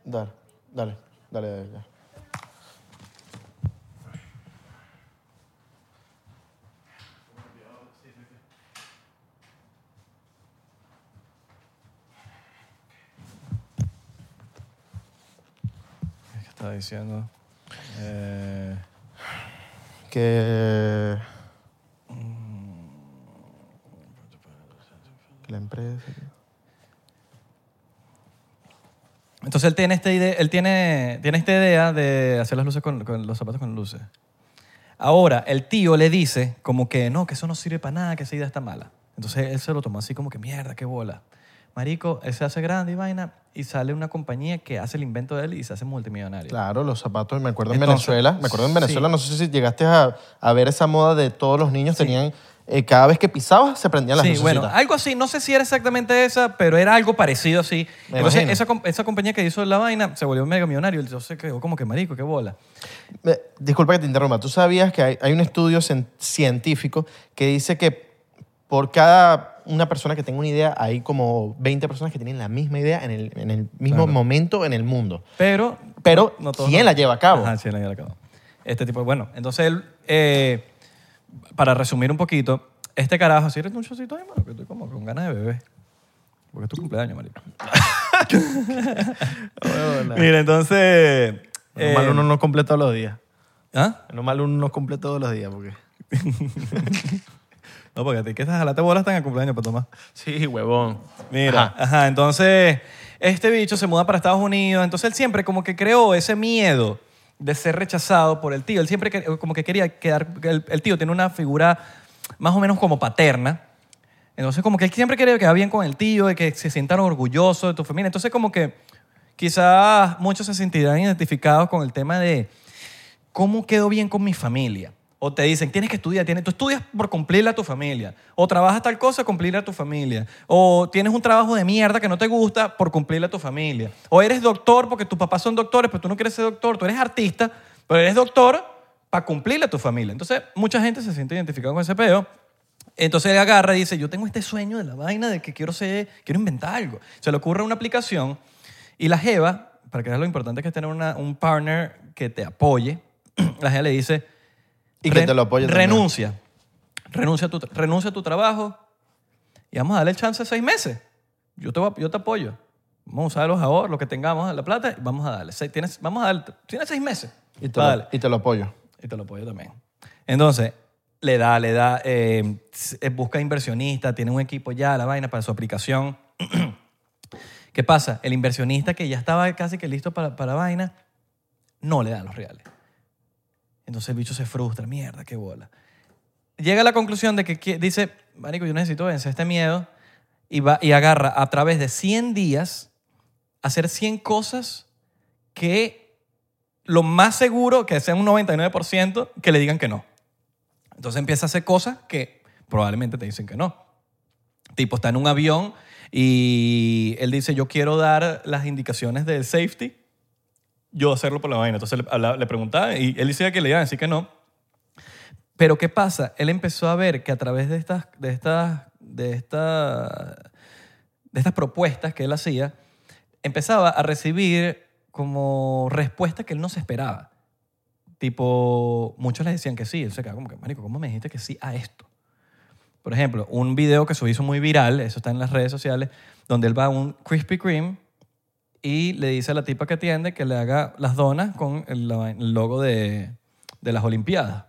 Speaker 2: Dale, dale, dale, dale. ya.
Speaker 1: Es que estaba diciendo. Eh,
Speaker 2: Que... que La empresa...
Speaker 1: Entonces él tiene esta idea, él tiene, tiene esta idea de hacer las luces con, con los zapatos con luces. Ahora, el tío le dice como que no, que eso no sirve para nada, que esa idea está mala. Entonces él se lo tomó así como que mierda, qué bola. Marico, él se hace grande y vaina y sale una compañía que hace el invento de él y se hace multimillonario.
Speaker 2: Claro, los zapatos, me acuerdo en
Speaker 1: Entonces,
Speaker 2: Venezuela, me acuerdo en Venezuela,
Speaker 1: sí.
Speaker 2: no sé si llegaste a, a ver esa moda de todos los niños tenían, eh, cada vez que pisabas se prendían las
Speaker 1: Sí,
Speaker 2: lucecitas.
Speaker 1: bueno, algo así, no sé si era exactamente esa, pero era algo parecido así.
Speaker 2: Me
Speaker 1: Entonces
Speaker 2: imagino.
Speaker 1: esa, com- esa compañía que hizo la vaina se volvió mega millonario. Entonces quedó como que marico, qué bola.
Speaker 2: Me- disculpa que te interrumpa, tú sabías que hay, hay un estudio cien- científico que dice que por cada una persona que tenga una idea, hay como 20 personas que tienen la misma idea en el, en el mismo momento en el mundo.
Speaker 1: Pero
Speaker 2: Pero,
Speaker 1: todos
Speaker 2: ¿quién la lleva a cabo?
Speaker 1: Ajá, sí, la lleva a cabo. Este tipo, bueno, entonces él, eh, para resumir un poquito, este carajo, si eres un chocito ahí, mano, que estoy como con ganas de beber. Porque es tu cumpleaños, marico.
Speaker 3: Ah,
Speaker 1: Mira, entonces... eh,
Speaker 3: Normal uno no completa todos los días.
Speaker 1: ¿Ah?
Speaker 3: Normal uno no completa todos los días porque...
Speaker 1: No, porque te quieres jalarte bolas hasta en el cumpleaños pues, para tomar.
Speaker 3: Sí, huevón.
Speaker 1: Mira, ajá. entonces este bicho se muda para Estados Unidos, entonces él siempre como que creó ese miedo de ser rechazado por el tío, él siempre que- como que quería quedar, el, el tío tiene una figura más o menos como paterna, entonces como que él siempre quería quedar bien con el tío, de que se sientan orgullosos de tu familia, entonces como que quizás muchos se sentirán identificados con el tema de cómo quedo bien con mi familia. O te dicen, tienes que estudiar, tienes, tú estudias por cumplirle a tu familia. O trabajas tal cosa, cumplirle a tu familia. O tienes un trabajo de mierda que no te gusta por cumplirle a tu familia. O eres doctor porque tus papás son doctores, pero tú no quieres ser doctor. Tú eres artista, pero eres doctor para cumplirle a tu familia. Entonces, mucha gente se siente identificada con ese peo. Entonces él agarra y dice, yo tengo este sueño de la vaina de que quiero ser, quiero inventar algo. Se le ocurre una aplicación y la Jeva, para que veas lo importante que es tener una- un partner que te apoye, la Jeva le dice...
Speaker 2: Y que
Speaker 1: "Ren-
Speaker 2: te lo apoye también".
Speaker 1: Renuncia. Renuncia a, tu, tra- renuncia a tu trabajo y vamos a darle el chance de seis meses. Yo te, voy a- yo te apoyo. Vamos a usar los ahorros, lo que tengamos, la plata, y vamos a darle. Se- Tienes, vamos a darle, tienes seis meses.
Speaker 2: Y te,
Speaker 1: Vale.
Speaker 2: lo, y te lo apoyo.
Speaker 1: Y te lo apoyo también. Entonces, le da, le da, eh, s- eh, busca inversionista, tiene un equipo ya, la vaina para su aplicación. ¿Qué pasa? El inversionista que ya estaba casi que listo para, para vaina, no le dan los reales. Entonces el bicho se frustra, mierda, qué bola. Llega a la conclusión de que qui- dice, marico, yo necesito vencer este miedo y, va, y agarra a través de 100 días hacer 100 cosas que lo más seguro que sea un 99% que le digan que no. Entonces empieza a hacer cosas que probablemente te dicen que no. Tipo, está en un avión y él dice, yo quiero dar las indicaciones del safety, yo hacerlo por la vaina. Entonces le, habla- le preguntaba y él decía que le iban a decir que no. Pero ¿qué pasa? Él empezó a ver que a través de estas, de estas, de estas, de estas propuestas que él hacía, empezaba a recibir como respuestas que él no se esperaba. Tipo, muchos le decían que sí. Él se quedaba como que, marico, ¿cómo me dijiste que sí a esto? Por ejemplo, un video que se hizo muy viral, eso está en las redes sociales, donde él va a un Krispy Kreme y le dice a la tipa que atiende que le haga las donas con el, la- el logo de, de las Olimpiadas.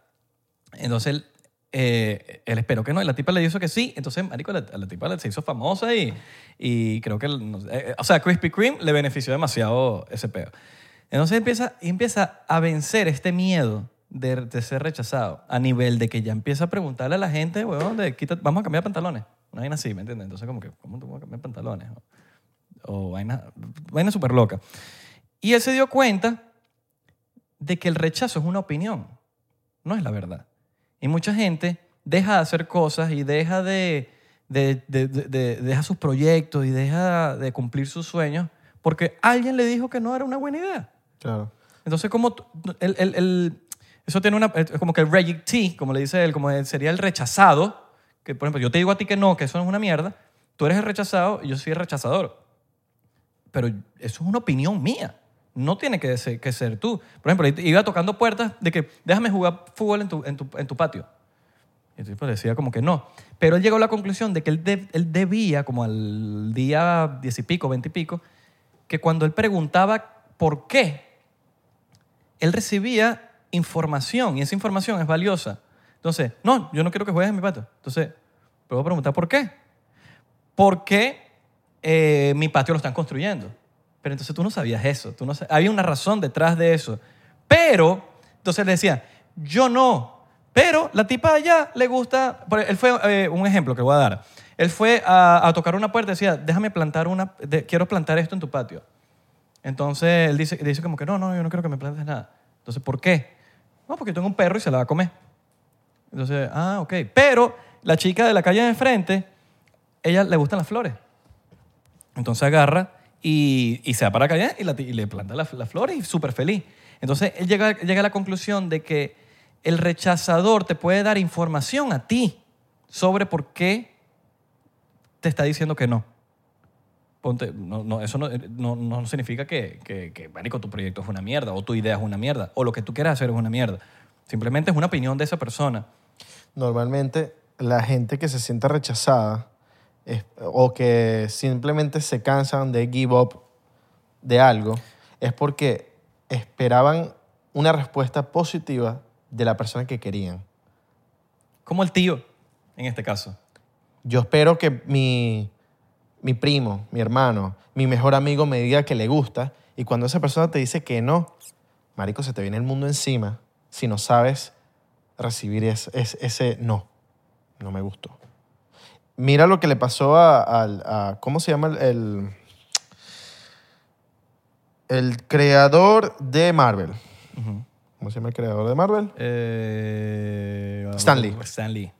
Speaker 1: Entonces él, eh, él esperó que no, y la tipa le dijo que sí. Entonces, marico, la, la tipa se hizo famosa y, y creo que... el- no sé, eh, eh, o sea, Krispy Kreme le benefició demasiado ese peo. Entonces empieza, y empieza a vencer este miedo de, de ser rechazado a nivel de que ya empieza a preguntarle a la gente, huevón, de quita, vamos a cambiar pantalones. Una vaina así, ¿me entiendes? Entonces como que, ¿cómo tú vas a cambiar pantalones? O vaina, vaina súper loca. Y él se dio cuenta de que el rechazo es una opinión, no es la verdad. Y mucha gente deja de hacer cosas y deja de, de- de- de- de- deja sus proyectos y deja de cumplir sus sueños porque alguien le dijo que no era una buena idea.
Speaker 2: Claro.
Speaker 1: Entonces, como tú- el, el- el- eso tiene una. Es como que el rejectee, como le dice él, como el- sería el rechazado. Que, por ejemplo, yo te digo a ti que no, que eso es una mierda. Tú eres el rechazado y yo soy el rechazador. Pero eso es una opinión mía. No tiene que ser, que ser tú. Por ejemplo, ahorita iba tocando puertas de que déjame jugar fútbol en tu, en tu, en tu patio. Y el tipo decía como que no. Pero él llegó a la conclusión de que él, de- él debía, como al día diez y pico, veinte y pico, que cuando él preguntaba por qué él recibía información y esa información es valiosa. Entonces, no, yo no quiero que juegues en mi patio. Entonces, puedo preguntar por qué. ¿Por qué eh, mi patio lo están construyendo? Pero entonces tú no sabías eso. Tú no sa- Había una razón detrás de eso. Pero, entonces le decía, yo no. Pero la tipa allá le gusta. por- Él fue, eh, un ejemplo que voy a dar. Él fue a, a tocar una puerta y decía, déjame plantar una. de- quiero plantar esto en tu patio. Entonces él dice, dice como que no, no, yo no quiero que me plantes nada. Entonces, ¿por qué? No, porque tengo un perro y se la va a comer. Entonces, ah, ok. Pero la chica de la calle de enfrente, ella le gustan las flores. Entonces agarra y, y se va para la calle y, la ti- y le planta las, las flores y súper feliz. Entonces él llega, llega a la conclusión de que el rechazador te puede dar información a ti sobre por qué te está diciendo que no. Ponte, no, no, eso no, eh, no, no significa que, que, que, marico, tu proyecto es una mierda o tu idea es una mierda o lo que tú quieras hacer es una mierda. Simplemente es una opinión de esa persona.
Speaker 2: Normalmente la gente que se siente rechazada es- o que simplemente se cansan de give up de algo es porque esperaban una respuesta positiva de la persona que querían.
Speaker 1: Como el tío, en este caso.
Speaker 2: Yo espero que mi, mi primo, mi hermano, mi mejor amigo me diga que le gusta y cuando esa persona te dice que no, marico, se te viene el mundo encima si no sabes recibir es- es- ese no. No me gustó. Mira lo que le pasó a... al- a- ¿Cómo se llama el, el... el creador de Marvel? ¿Cómo se llama el creador de Marvel?
Speaker 1: Eh,
Speaker 2: Stan Lee.
Speaker 1: Stan Lee.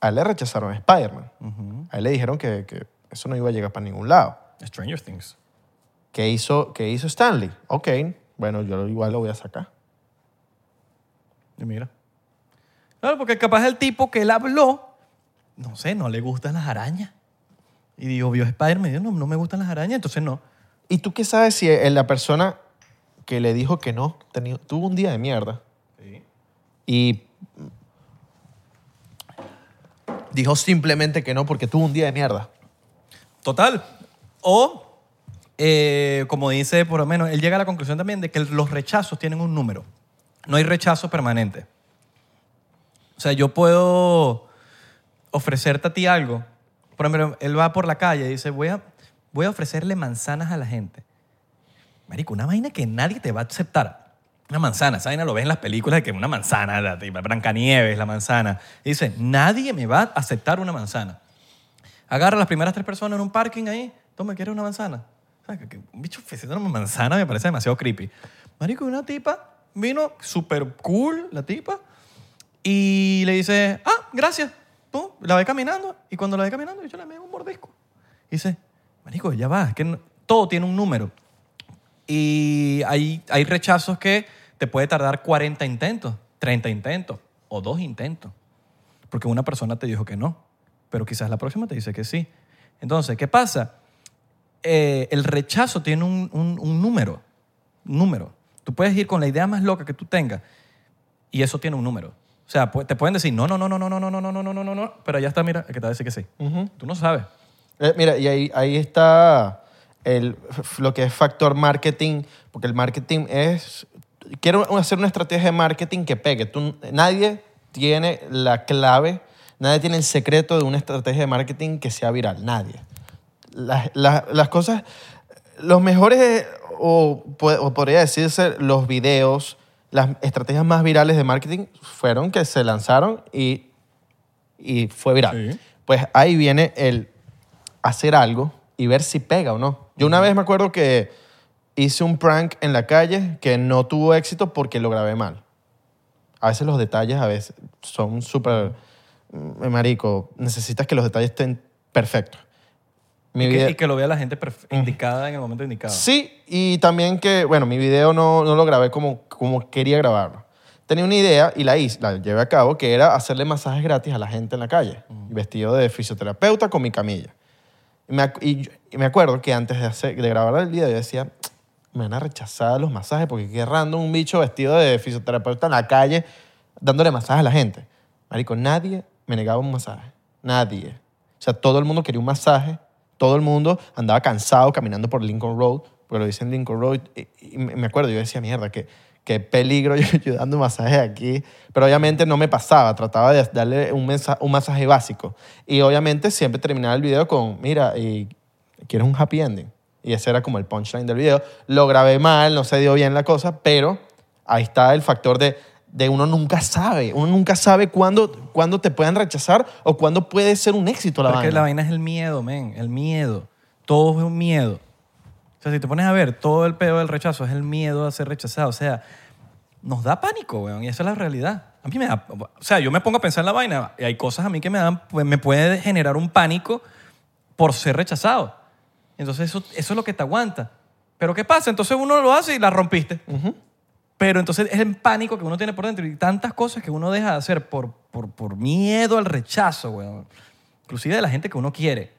Speaker 2: A él le rechazaron a Spider-Man.
Speaker 1: Ujú.
Speaker 2: A él le dijeron que, que eso no iba a llegar para ningún lado.
Speaker 1: Stranger Things.
Speaker 2: ¿Qué hizo, qué hizo Stanley? Ok, bueno, yo igual lo voy a sacar.
Speaker 1: Y mira. Claro, porque capaz el tipo que él habló, no sé, no le gustan las arañas. Y digo, vio Spider-Man y dijo, no, no me gustan las arañas, entonces no.
Speaker 2: ¿Y tú qué sabes si eh, la persona que le dijo que no teni- tuvo un día de mierda? Y dijo simplemente que no porque tuvo un día de mierda.
Speaker 1: Total. O, eh, como dice, por lo menos, él llega a la conclusión también de que los rechazos tienen un número. No hay rechazo permanente. O sea, yo puedo ofrecerte a ti algo. Por ejemplo, él va por la calle y dice, voy a, voy a ofrecerle manzanas a la gente. Marico, una vaina que nadie te va a aceptar. Una manzana, esa vaina lo ves en las películas de que una manzana, la, la Blancanieves, la manzana. Y dice, nadie me va a aceptar una manzana. Agarra a las primeras tres personas en un parking ahí. Toma, ¿quieres una manzana? O sea, que- que un bicho ofreciendo una manzana me parece demasiado creepy. Marico, una tipa vino súper cool, la tipa, y le dice, ah, gracias. Pum, la ve caminando, y cuando la ve caminando, yo le meto un mordisco. Y dice, marico, ya va, es que no- todo tiene un número. Y hay, hay rechazos que te puede tardar 40 intentos, 30 intentos o dos intentos. Porque una persona te dijo que no, pero quizás la próxima te dice que sí. Entonces, ¿qué pasa? Eh, el rechazo tiene un, un- un número. Un número. Tú puedes ir con la idea más loca que tú tengas y eso tiene un número. O sea, pu- te pueden decir no, no, no, no, no, no, no, no, no, no, no, no, no, no, pero ya está, mira, el que te va a decir que sí. Tú no sabes.
Speaker 2: Eh, mira, y ahí, ahí está el, f- lo que es factor marketing, porque el marketing es... Quiero hacer una estrategia de marketing que pegue. Tú, nadie tiene la clave, nadie tiene el secreto de una estrategia de marketing que sea viral, nadie. Las, las- las cosas, los mejores, eh, o, po- o podría decirse, los videos, las estrategias más virales de marketing fueron que se lanzaron y, y fue viral.
Speaker 1: Sí.
Speaker 2: Pues ahí viene el hacer algo y ver si pega o no. Yo una vez me acuerdo que hice un prank en la calle que no tuvo éxito porque lo grabé mal. A veces los detalles a veces son súper mm, marico. Necesitas que los detalles estén perfectos. Mi
Speaker 1: Y que,
Speaker 2: video-
Speaker 1: y que lo vea la gente perf- indicada en el momento indicado.
Speaker 2: Sí, y también que, bueno, mi video no, no lo grabé como, como quería grabarlo. Tenía una idea y la hice, la llevé a cabo, que era hacerle masajes gratis a la gente en la calle, vestido de fisioterapeuta con mi camilla. Y me, ac- y yo- y me acuerdo que antes de, hacer, de grabar el video yo decía, me van a rechazar los masajes porque qué random un bicho vestido de fisioterapeuta en la calle dándole masajes a la gente. Marico, nadie me negaba un masaje. Nadie. O sea, todo el mundo quería un masaje. Todo el mundo andaba cansado caminando por Lincoln Road, porque lo dicen Lincoln Road. Y, y me me acuerdo, yo decía, mierda, qué, qué peligro yo, yo dando masajes aquí. Pero obviamente no me pasaba, trataba de darle un, mensa- un masaje básico. Y obviamente siempre terminaba el video con, mira, y quieres un happy ending. Y ese era como el punchline del video. Lo grabé mal, no se dio bien la cosa, pero ahí está el factor de, de uno nunca sabe. Uno nunca sabe cuándo, cuándo te pueden rechazar o cuándo puede ser un éxito la
Speaker 1: Porque
Speaker 2: vaina.
Speaker 1: la vaina es el miedo, men, el miedo. Todo es un miedo. O sea, si te pones a ver, todo el pedo del rechazo es el miedo a ser rechazado. O sea, nos da pánico, weón, y esa es la realidad. A mí me da, o sea, yo me pongo a pensar en la vaina y hay cosas a mí que me dan, pues, me puede generar un pánico por ser rechazado. Entonces eso, eso es lo que te aguanta. Pero ¿qué pasa? Entonces uno lo hace y la rompiste. Pero entonces es el pánico que uno tiene por dentro y tantas cosas que uno deja de hacer por, por, por miedo al rechazo, weón. Inclusive de la gente que uno quiere.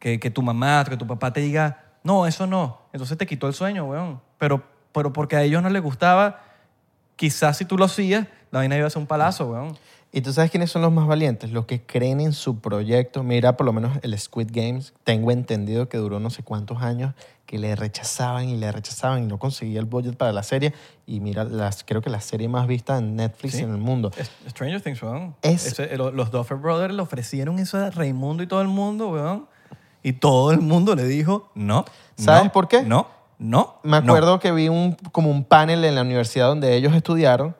Speaker 1: Que, que tu mamá, que tu papá te diga, no, eso no. Entonces te quitó el sueño, weón. Pero, pero porque a ellos no les gustaba, quizás si tú lo hacías, la vaina iba a ser un palazo, weón.
Speaker 2: ¿Y tú sabes quiénes son los más valientes? Los que creen en su proyecto. Mira, por lo menos el Squid Games, tengo entendido que duró no sé cuántos años, que le rechazaban y le rechazaban y no conseguía el budget para la serie. Y mira, las, creo que la serie más vista en Netflix
Speaker 1: Sí.
Speaker 2: en el mundo.
Speaker 1: Es- Stranger Things, weón.
Speaker 2: Es-
Speaker 1: Ese- lo- los Duffer Brothers le ofrecieron eso a Raimundo y todo el mundo, weón. Y todo el mundo le dijo, no.
Speaker 2: ¿Sabes
Speaker 1: no,
Speaker 2: por qué?
Speaker 1: No, no.
Speaker 2: Me
Speaker 1: no".
Speaker 2: acuerdo que vi un, como un panel en la universidad donde ellos estudiaron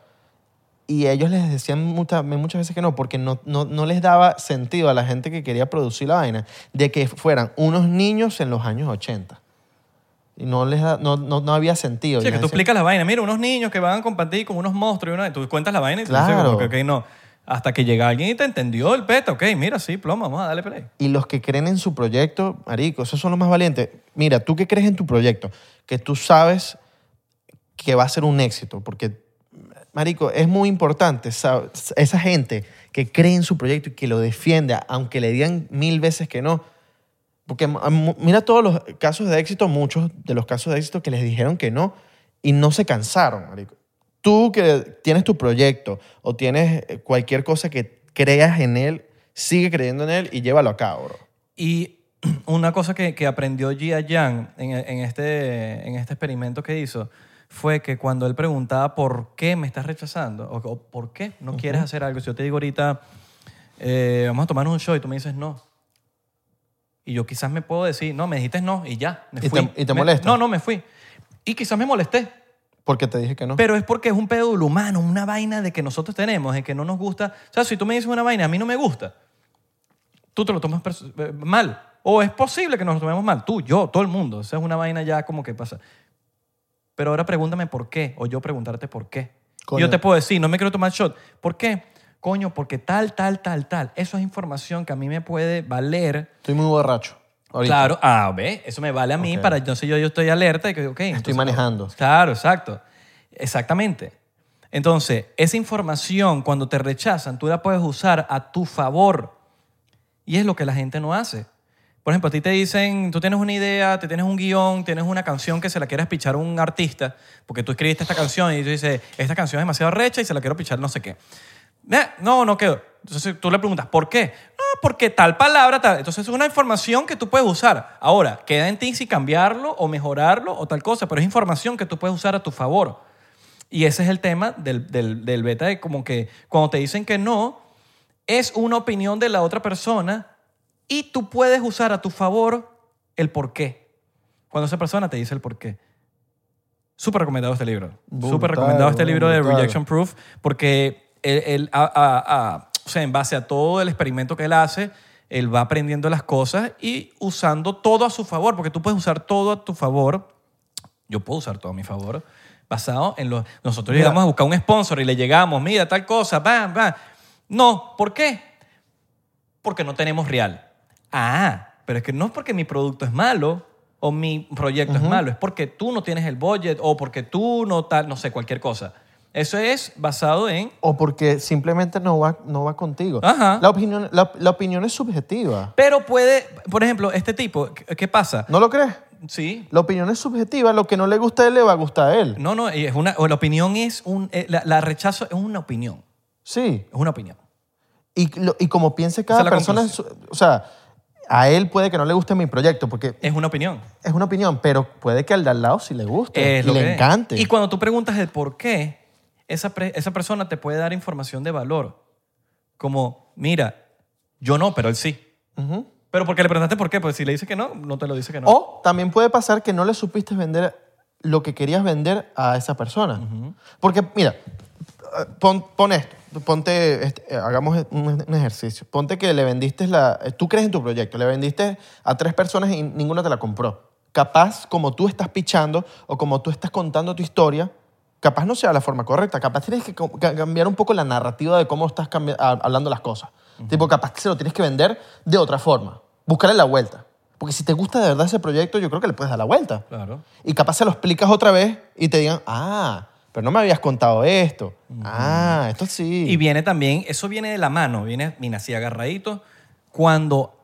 Speaker 2: y ellos les decían mucha- muchas veces que no, porque no, no, no les daba sentido a la gente que quería producir la vaina de que fueran unos niños en los años 80. Y Y no, les da- no, no, no había sentido.
Speaker 1: Sí,
Speaker 2: Yo
Speaker 1: que tú
Speaker 2: decía,
Speaker 1: explicas la vaina. Mira, unos niños que van a compartir con unos monstruos y una... Tú cuentas la vaina y tú dices
Speaker 2: Claro.
Speaker 1: como que, ok, no. Hasta que llega alguien y te entendió el peta. Ok, mira, sí, plomo, vamos a darle play.
Speaker 2: Y los que creen en su proyecto, marico, esos son los más valientes. Mira, tú que crees en tu proyecto, que tú sabes que va a ser un éxito, porque, marico, es muy importante sa- esa gente que cree en su proyecto y que lo defiende, aunque le digan mil veces que no. Porque m- m- mira todos los casos de éxito, muchos de los casos de éxito que les dijeron que no y no se cansaron, marico. Tú que tienes tu proyecto o tienes eh, cualquier cosa que creas en él, sigue creyendo en él y llévalo a cabo, bro.
Speaker 1: Y una cosa que, que aprendió Gia Yang en, en este, en este experimento que hizo fue que cuando él preguntaba por qué me estás rechazando o, o por qué no quieres hacer algo, si yo te digo ahorita, eh, vamos a tomar un show y tú me dices no. Y yo quizás me puedo decir, no, me dijiste no y ya, me
Speaker 2: Y te-
Speaker 1: fui.
Speaker 2: y te
Speaker 1: Me-
Speaker 2: molesta.
Speaker 1: No, no, me fui. Y quizás me molesté,
Speaker 2: Porque te dije que no.
Speaker 1: pero es porque es un pedo del humano, una vaina de que nosotros tenemos, en que no nos gusta. O sea, si tú me dices una vaina, a mí no me gusta, tú te lo tomas pers- eh, mal. O es posible que nos lo tomemos mal, tú, yo, todo el mundo. Esa es una vaina ya como que pasa. Pero ahora pregúntame por qué, o yo preguntarte por qué.
Speaker 2: Coño.
Speaker 1: Yo te puedo decir, no me quiero tomar shot. ¿Por qué? Coño, porque tal, tal, tal, tal. Eso es información que a mí me puede valer
Speaker 2: Estoy muy borracho. ahorita.
Speaker 1: Claro, ah, ve, eso me vale a mí
Speaker 2: Ok.
Speaker 1: para, entonces yo, yo estoy alerta y que, ok. entonces-
Speaker 2: manejando.
Speaker 1: Claro, exacto. Exactamente. Entonces, esa información cuando te rechazan, tú la puedes usar a tu favor. Y es lo que la gente no hace. Por ejemplo, a ti te dicen, tú tienes una idea, te tienes un guión, tienes una canción que se la quieres pichar a un artista, porque tú escribiste esta canción y tú dices, esta canción es demasiado recha y se la quiero pichar no sé qué. "Nah, No, no quedó. Entonces tú le preguntas, ¿por qué? No, porque tal palabra, tal. Entonces es una información que tú puedes usar. Ahora, queda en ti si cambiarlo o mejorarlo o tal cosa, pero es información que tú puedes usar a tu favor. Y ese es el tema del, del, del beta, de como que cuando te dicen que no, es una opinión de la otra persona y tú puedes usar a tu favor el por qué. Cuando esa persona te dice el por qué. Súper recomendado este libro.
Speaker 2: Brutal,
Speaker 1: Súper recomendado este libro de
Speaker 2: brutal.
Speaker 1: Rejection Proof porque él, él- a- a- a- o sea, en base a todo el experimento que él hace, él va aprendiendo las cosas y usando todo a su favor, porque tú puedes usar todo a tu favor yo puedo usar todo a mi favor basado en los nosotros
Speaker 2: Mira.
Speaker 1: llegamos a buscar un sponsor y le llegamos mira tal cosa bam bam no ¿por qué? porque no tenemos real ah pero es que no es porque mi producto es malo o mi proyecto es malo es porque tú no tienes el budget o porque tú no tal no sé cualquier cosa eso es basado en
Speaker 2: O porque simplemente no va, no va contigo.
Speaker 1: Ajá.
Speaker 2: La, opinión, la, la opinión es subjetiva.
Speaker 1: pero puede por ejemplo este tipo ¿qué, qué pasa?
Speaker 2: ¿No lo crees?
Speaker 1: sí
Speaker 2: La opinión es subjetiva. Lo que no le gusta a él le va a gustar a él.
Speaker 1: no no y es una o la opinión es un eh, la, la rechazo es una opinión
Speaker 2: Sí.
Speaker 1: es una opinión
Speaker 2: Y, lo- y como piense
Speaker 1: Esa
Speaker 2: cada
Speaker 1: es la
Speaker 2: persona, es su- o sea, a él puede que no le guste mi proyecto porque
Speaker 1: es una opinión
Speaker 2: es una opinión, pero puede que al de al lado sí le guste
Speaker 1: Es
Speaker 2: y
Speaker 1: lo que
Speaker 2: le
Speaker 1: es.
Speaker 2: encante.
Speaker 1: Y cuando tú preguntas el por qué, esa, pre- esa persona te puede dar información de valor. Como, mira, yo no, pero él sí.
Speaker 2: Ujú. Oh.
Speaker 1: Pero porque le preguntaste por qué, pues si le dice que no, no te lo dice que no.
Speaker 2: O también puede pasar que no le supiste vender lo que querías vender a esa persona. Porque, mira, eh, pon, pon esto, ponte, este, eh, hagamos un, un ejercicio. Ponte que le vendiste la, eh, tú crees en tu proyecto, le vendiste a tres personas y ninguna te la compró. Capaz, como tú estás pichando o como tú estás contando tu historia, capaz no sea la forma correcta. Capaz tienes que co- ca- cambiar un poco la narrativa de cómo estás cambi- a- hablando las cosas. Tipo, capaz que se lo tienes que vender de otra forma. Buscarle la vuelta. Porque si te gusta de verdad ese proyecto, yo creo que le puedes dar la vuelta.
Speaker 1: Claro.
Speaker 2: Y capaz se lo explicas otra vez y te digan, ah, pero no me habías contado esto. Ah, esto sí.
Speaker 1: Y viene también, eso viene de la mano, viene, mira, así agarradito, cuando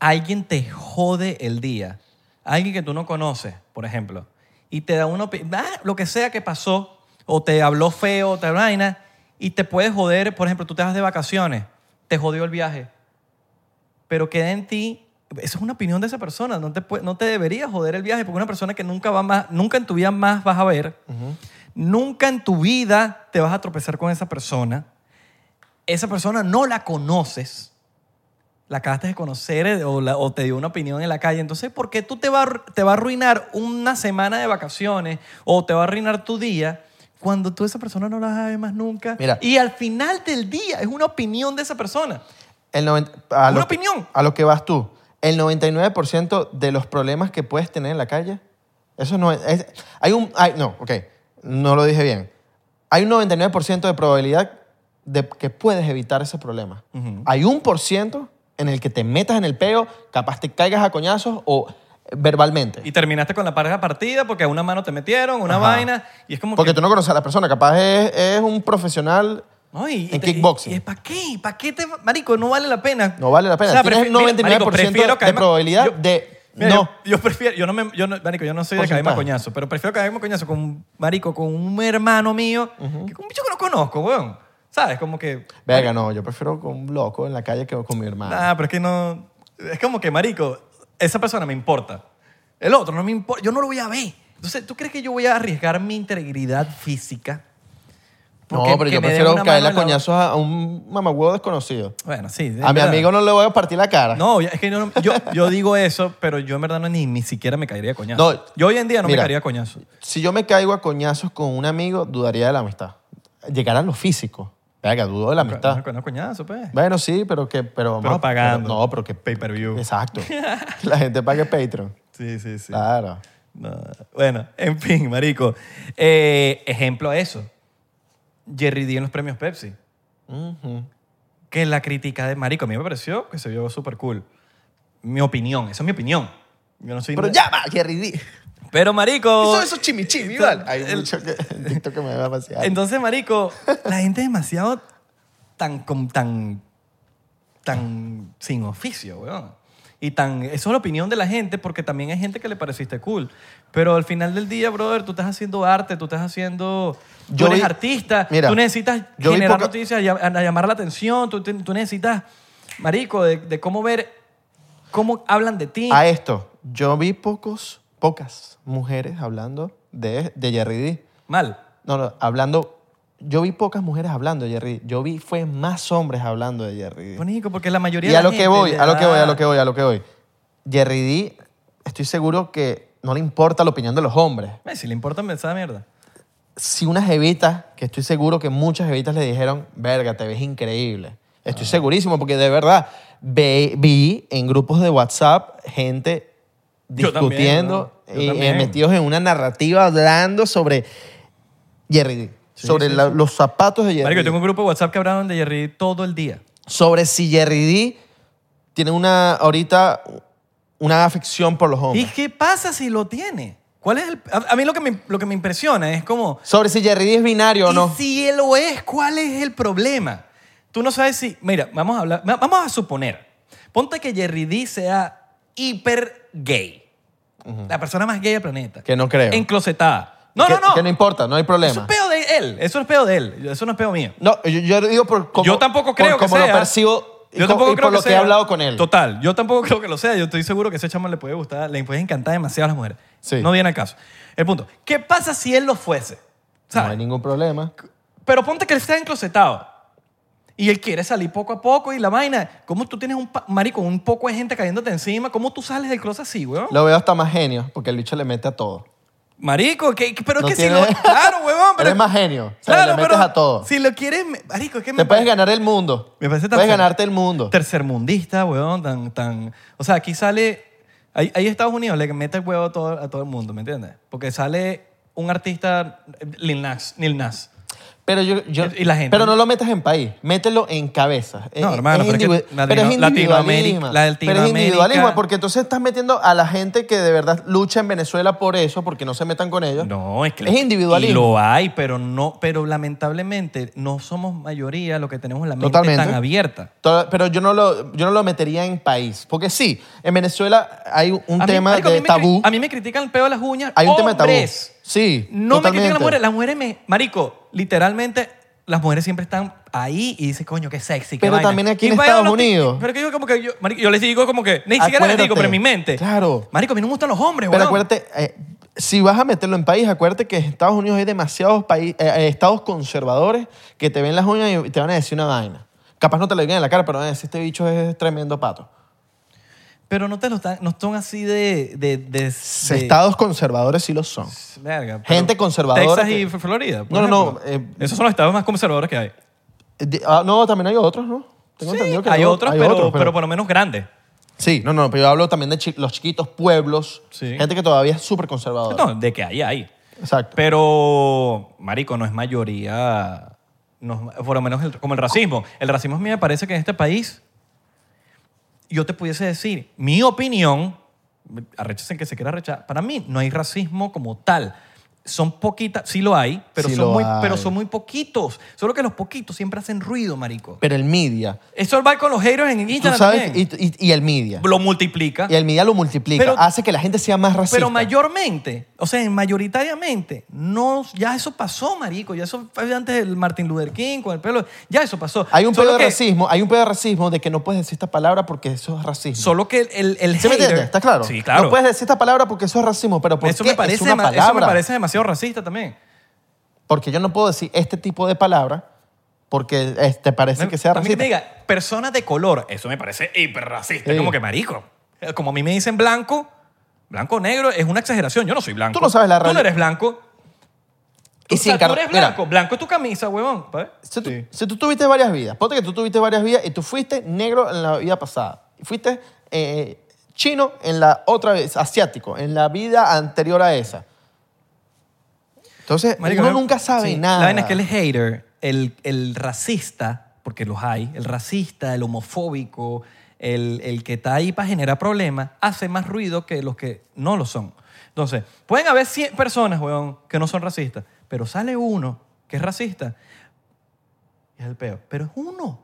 Speaker 1: alguien te jode el día, alguien que tú no conoces, por ejemplo, y te da una opinión, lo que sea que pasó, o te habló feo, o te vaina, y te puede joder, por ejemplo, tú te vas de vacaciones, te jodió el viaje, pero queda en ti. Esa es una opinión de esa persona. No te, pue- no te debería joder el viaje porque una persona que nunca va más, nunca en tu vida más vas a ver, nunca en tu vida te vas a tropezar con esa persona. Esa persona no la conoces. La acabaste de conocer eh, o, la- o te dio una opinión en la calle. Entonces, ¿por qué tú te va, a arru- te va a arruinar una semana de vacaciones o te va a arruinar tu día cuando tú a esa persona no la vas a ver más nunca?
Speaker 2: Mira.
Speaker 1: Y al final del día es una opinión de esa persona.
Speaker 2: El noventa- a
Speaker 1: Una
Speaker 2: lo-
Speaker 1: opinión.
Speaker 2: A lo que vas tú. El 99% de los problemas que puedes tener en la calle Eso no es, es- hay un hay- no, ok, no lo dije bien. Hay un 99% de probabilidad de que puedes evitar ese problema. Hay un por ciento en el que te metas en el peo, capaz te caigas a coñazos o eh, verbalmente.
Speaker 1: Y terminaste con la pareja partida porque a una mano te metieron, una
Speaker 2: Ajá.
Speaker 1: vaina. Y es como
Speaker 2: Porque
Speaker 1: que.
Speaker 2: tú no conoces a la persona, capaz es, es un profesional
Speaker 1: No, y-
Speaker 2: en
Speaker 1: y-
Speaker 2: kickboxing.
Speaker 1: ¿Y, y para qué? ¿Para qué te.? Marico, no vale la pena.
Speaker 2: No vale la pena. Tienes
Speaker 1: prefi- mira,
Speaker 2: 99%
Speaker 1: prefiero
Speaker 2: de
Speaker 1: caerme-
Speaker 2: probabilidad de
Speaker 1: mira,
Speaker 2: no.
Speaker 1: Yo, yo prefiero. Yo no me. Yo no, marico, yo no soy de caerme a
Speaker 2: Porcentaje.
Speaker 1: coñazo, pero prefiero caerme a coñazo con un marico, con un hermano mío, que con un bicho que no conozco, weón. ¿Sabes? Como que.
Speaker 2: Verga, no, yo prefiero con un loco en la calle que con mi hermano.
Speaker 1: Ah, pero es que no. Es como que, marico, esa persona me importa. El otro no me importa. Yo no lo voy a ver. Entonces, ¿tú crees que yo voy a arriesgar mi integridad física?
Speaker 2: no,
Speaker 1: Porque-
Speaker 2: pero
Speaker 1: que
Speaker 2: yo
Speaker 1: me den
Speaker 2: prefiero
Speaker 1: una
Speaker 2: caerle a
Speaker 1: mano en la-
Speaker 2: coñazos a a un mamagüevo desconocido.
Speaker 1: Bueno, sí. de
Speaker 2: A mi
Speaker 1: verdad.
Speaker 2: amigo no le voy a partir la cara.
Speaker 1: No, es que yo, yo, yo digo eso, pero yo en verdad no ni, ni siquiera me caería a coñazo.
Speaker 2: No,
Speaker 1: yo hoy en día no me
Speaker 2: mira.
Speaker 1: caería a coñazo.
Speaker 2: Si yo me caigo a coñazos con un amigo, dudaría de la amistad. Llegar a lo físico. Verga, dudo de la
Speaker 1: No,
Speaker 2: amistad.
Speaker 1: no, no, coñazo, pues.
Speaker 2: Bueno, sí, pero que... Pero, vamos-
Speaker 1: Pero pagando.
Speaker 2: pero- no, pero que...
Speaker 1: Pay-per-view.
Speaker 2: Exacto. Que la gente pague Patreon.
Speaker 1: Sí, sí, sí.
Speaker 2: Claro.
Speaker 1: No, Bueno, en fin, marico. Eh, ejemplo a eso. Jerry D en los premios Pepsi.
Speaker 2: Ujú.
Speaker 1: que la crítica de Marico a mí me pareció que se vio súper cool. Mi opinión, esa es mi opinión. Yo no soy
Speaker 2: Pero ya va, Jerry D.
Speaker 1: Pero Marico.
Speaker 2: Eso, eso es chimichimi,
Speaker 1: Esto-
Speaker 2: vale. Hay
Speaker 1: el-
Speaker 2: mucho que, en TikTok que me va a vaciar.
Speaker 1: Entonces, Marico, la gente es demasiado tan, con- tan, tan sin oficio, weón. Y tan, eso es la opinión de la gente porque también hay gente que le pareciste cool. Pero al final del día, brother, tú estás haciendo arte, tú estás haciendo... tú
Speaker 2: Yo
Speaker 1: eres
Speaker 2: vi-
Speaker 1: artista,
Speaker 2: mira,
Speaker 1: tú necesitas
Speaker 2: yo vi
Speaker 1: generar
Speaker 2: poca-
Speaker 1: noticias, llam- a- llamar la atención, tú, te- tú necesitas, marico, de, de cómo ver, cómo hablan de ti.
Speaker 2: a esto, yo vi pocos, pocas mujeres hablando de, de Jerry D.
Speaker 1: Mal.
Speaker 2: No, no, hablando. Yo vi pocas mujeres hablando de Jerry D. Yo vi fue más hombres hablando de Jerry D.
Speaker 1: Marico, Pues, porque la mayoría
Speaker 2: Y
Speaker 1: de
Speaker 2: a
Speaker 1: la
Speaker 2: lo que
Speaker 1: gente
Speaker 2: voy,
Speaker 1: le
Speaker 2: a lo que voy, a
Speaker 1: da-
Speaker 2: lo que voy, a lo que voy. Jerry D, estoy seguro que no le importa la opinión de los hombres.
Speaker 1: Eh, Si le importa esa mierda.
Speaker 2: si unas jevitas, que estoy seguro que muchas jevitas le dijeron, verga, te ves increíble. Estoy segurísimo porque de verdad ve- vi en grupos de WhatsApp gente
Speaker 1: Yo también,
Speaker 2: discutiendo
Speaker 1: ¿no? Yo
Speaker 2: y- y,
Speaker 1: también.
Speaker 2: metidos en una narrativa hablando sobre Jerry D, sobre la- los zapatos de Jerry
Speaker 1: Marico, yo
Speaker 2: D,
Speaker 1: tengo un grupo de WhatsApp que hablaban de Jerry todo el día.
Speaker 2: sobre si Jerry D tiene una ahorita una afección por los
Speaker 1: ¿Y
Speaker 2: hombres.
Speaker 1: qué pasa si lo tiene? ¿Cuál es el- a, a mí lo que, me, lo que me impresiona es como...
Speaker 2: Sobre si Jerry D es binario o
Speaker 1: ¿y
Speaker 2: no.
Speaker 1: si él lo es, ¿cuál es el problema? Tú no sabes si... Mira, vamos a hablar... va- Vamos a suponer. Ponte que Jerry D sea hiper gay. La persona más gay del planeta.
Speaker 2: Que no creo.
Speaker 1: Enclosetada. No,
Speaker 2: que,
Speaker 1: no, no.
Speaker 2: Que no importa, no hay
Speaker 1: Eso
Speaker 2: problema.
Speaker 1: es peo de él. Eso es peo de él. Eso no es peo mío.
Speaker 2: No, yo, yo digo por cómo,
Speaker 1: yo tampoco
Speaker 2: por
Speaker 1: creo que
Speaker 2: cómo
Speaker 1: sea.
Speaker 2: lo percibo y,
Speaker 1: yo
Speaker 2: co-
Speaker 1: tampoco
Speaker 2: y
Speaker 1: creo
Speaker 2: por lo que he
Speaker 1: sea.
Speaker 2: hablado con él.
Speaker 1: Total, yo tampoco creo que lo sea. Yo estoy seguro que ese chamo le puede gustar, le puede encantar demasiado a las mujeres.
Speaker 2: Sí.
Speaker 1: No viene al caso. El punto, ¿qué pasa si él lo fuese?
Speaker 2: No
Speaker 1: ¿Sabes?
Speaker 2: hay ningún problema.
Speaker 1: Pero ponte que él está enclosetado y él quiere salir poco a poco y la vaina. ¿Cómo tú tienes un pa- marico, un poco de gente cayéndote encima? ¿Cómo tú sales del closet así, weón?
Speaker 2: Lo veo hasta más genio, porque el bicho le mete a todo.
Speaker 1: Marico, ¿qué- qué- pero
Speaker 2: No
Speaker 1: es que
Speaker 2: tiene-
Speaker 1: si lo... Claro, weón, pero...
Speaker 2: Eres más genio. O sea,
Speaker 1: Claro,
Speaker 2: le metes
Speaker 1: pero
Speaker 2: a todo.
Speaker 1: si lo quieres... me- Marico, es que
Speaker 2: Te
Speaker 1: me
Speaker 2: puedes
Speaker 1: pare-
Speaker 2: ganar el mundo.
Speaker 1: Me parece tan
Speaker 2: Puedes
Speaker 1: feo.
Speaker 2: ganarte el mundo.
Speaker 1: tercermundista, weón, tan, tan... O sea, aquí sale... Ahí, ahí Estados Unidos le mete el huevo a todo, a todo el mundo, ¿me entiendes? Porque sale un artista, Lil Nas, Lil Nas.
Speaker 2: Pero yo, yo-
Speaker 1: Y la gente.
Speaker 2: Pero no lo metas en país. Mételo en cabeza.
Speaker 1: No,
Speaker 2: Eh,
Speaker 1: hermano, pero es que
Speaker 2: individu-
Speaker 1: Latino- Latinoamérica- la
Speaker 2: Pero es
Speaker 1: Latinoamérica-
Speaker 2: individualismo, porque entonces estás metiendo a la gente que de verdad lucha en Venezuela por eso, porque no se metan con ellos.
Speaker 1: No, es que...
Speaker 2: Es individualismo.
Speaker 1: Y lo hay, pero no... Pero lamentablemente no somos mayoría los que tenemos la mente
Speaker 2: Totalmente.
Speaker 1: tan abierta.
Speaker 2: Toda- Pero yo no, lo, yo no lo metería en país. Porque sí, en Venezuela hay un
Speaker 1: A mí-
Speaker 2: tema
Speaker 1: marico, a
Speaker 2: de
Speaker 1: mí me cri-
Speaker 2: tabú.
Speaker 1: A mí me critican el peo de las uñas.
Speaker 2: Hay un tema de tabú.
Speaker 1: hombres.
Speaker 2: Sí,
Speaker 1: No me critican
Speaker 2: totalmente.
Speaker 1: las mujeres. Las mujeres me... Marico, literalmente, las mujeres siempre están ahí y dicen, coño, qué sexy, qué
Speaker 2: Pero
Speaker 1: vaina.
Speaker 2: también aquí
Speaker 1: Y
Speaker 2: en
Speaker 1: vaina
Speaker 2: Estados
Speaker 1: no te-
Speaker 2: Unidos.
Speaker 1: Pero que yo como que... Yo, marico, yo les digo como que... Ni siquiera les digo,
Speaker 2: Acuérdate.
Speaker 1: pero en mi mente.
Speaker 2: Claro.
Speaker 1: Marico, a mí no me gustan los hombres,
Speaker 2: Pero
Speaker 1: weón.
Speaker 2: acuérdate, eh, si vas a meterlo en país, acuérdate que en Estados Unidos hay demasiados paí- eh, eh, estados conservadores que te ven las uñas y te van a decir una vaina. Capaz no te lo digan en la cara, pero van a decir, este bicho es tremendo pato.
Speaker 1: Pero no te lo están... No son así de... de, de, de-
Speaker 2: Estados conservadores sí lo son.
Speaker 1: Verga, pero
Speaker 2: gente conservadora
Speaker 1: Texas
Speaker 2: que-
Speaker 1: y F- Florida. por
Speaker 2: No, no, no,
Speaker 1: ejemplo.
Speaker 2: eh,
Speaker 1: Esos son los estados más conservadores que hay.
Speaker 2: Eh, de- ah, no, también hay otros, ¿no? Tengo
Speaker 1: Sí,
Speaker 2: entendido que
Speaker 1: hay
Speaker 2: o-
Speaker 1: otros, pero, pero...
Speaker 2: otros,
Speaker 1: por lo menos grandes.
Speaker 2: Sí, no, no, pero yo hablo también de chi- los chiquitos pueblos,
Speaker 1: Sí.
Speaker 2: gente que todavía es súper conservadora.
Speaker 1: No, de que ahí hay.
Speaker 2: Exacto.
Speaker 1: Pero, marico, no es mayoría, no es- por lo menos el- como el racismo. El racismo a mí me parece que en este país, yo te pudiese decir, mi opinión, arrechas en que se quiera arrechar, para mí no hay racismo como tal. Son poquitas, sí lo hay, pero,
Speaker 2: Sí
Speaker 1: son
Speaker 2: lo
Speaker 1: muy,
Speaker 2: hay.
Speaker 1: pero son muy poquitos. Solo que los poquitos siempre hacen ruido, marico.
Speaker 2: Pero el media.
Speaker 1: Eso va con los haters en
Speaker 2: Tú
Speaker 1: Instagram
Speaker 2: sabes, y,
Speaker 1: también.
Speaker 2: y- y el media.
Speaker 1: Lo multiplica.
Speaker 2: Y el media lo multiplica.
Speaker 1: Pero-
Speaker 2: hace que la gente sea más racista.
Speaker 1: Pero mayormente, o sea, mayoritariamente, no, ya eso pasó, marico. Ya eso fue antes del Martin Luther King con el pelo. Ya eso pasó.
Speaker 2: Hay un
Speaker 1: Solo
Speaker 2: pedo
Speaker 1: que-
Speaker 2: de racismo, hay un pedo de racismo de que no puedes decir esta palabra porque eso es racismo.
Speaker 1: Solo que el, el, el
Speaker 2: ¿Sí me
Speaker 1: hater-
Speaker 2: entiendes? ¿Está claro?
Speaker 1: Sí, claro.
Speaker 2: No puedes decir esta palabra porque eso es racismo, pero porque
Speaker 1: eso, me parece,
Speaker 2: es una
Speaker 1: dema-
Speaker 2: palabra.
Speaker 1: eso me parece demasiado racista también.
Speaker 2: Porque yo no puedo decir este tipo de palabra porque eh, te parece que sea
Speaker 1: También
Speaker 2: racista.
Speaker 1: que te diga, personas de color, eso me parece hiperracista.
Speaker 2: Sí.
Speaker 1: Como que marico. Como a mí me dicen blanco, blanco o negro es una exageración. Yo no soy blanco.
Speaker 2: Tú no sabes la
Speaker 1: Tú no
Speaker 2: realidad.
Speaker 1: eres blanco.
Speaker 2: Y
Speaker 1: Tú, o sea,
Speaker 2: sin
Speaker 1: tú
Speaker 2: car-
Speaker 1: eres
Speaker 2: mira.
Speaker 1: blanco. Blanco es tu camisa, huevón. ¿sabes?
Speaker 2: Si tú,
Speaker 1: Sí.
Speaker 2: si tú tuviste varias vidas, ponte que tú tuviste varias vidas y tú fuiste negro en la vida pasada, y fuiste eh, chino en la otra vez, asiático, en la vida anterior a esa. Entonces,
Speaker 1: Marico,
Speaker 2: uno
Speaker 1: no-
Speaker 2: nunca sabe
Speaker 1: sí.
Speaker 2: nada.
Speaker 1: La vaina es que el hater, el, el racista, porque los hay, el racista, el homofóbico, el, el que está ahí para generar problemas, hace más ruido que los que no lo son. Entonces, pueden haber 100 personas, weón, que no son racistas, pero sale uno que es racista y es el peor. Pero es uno.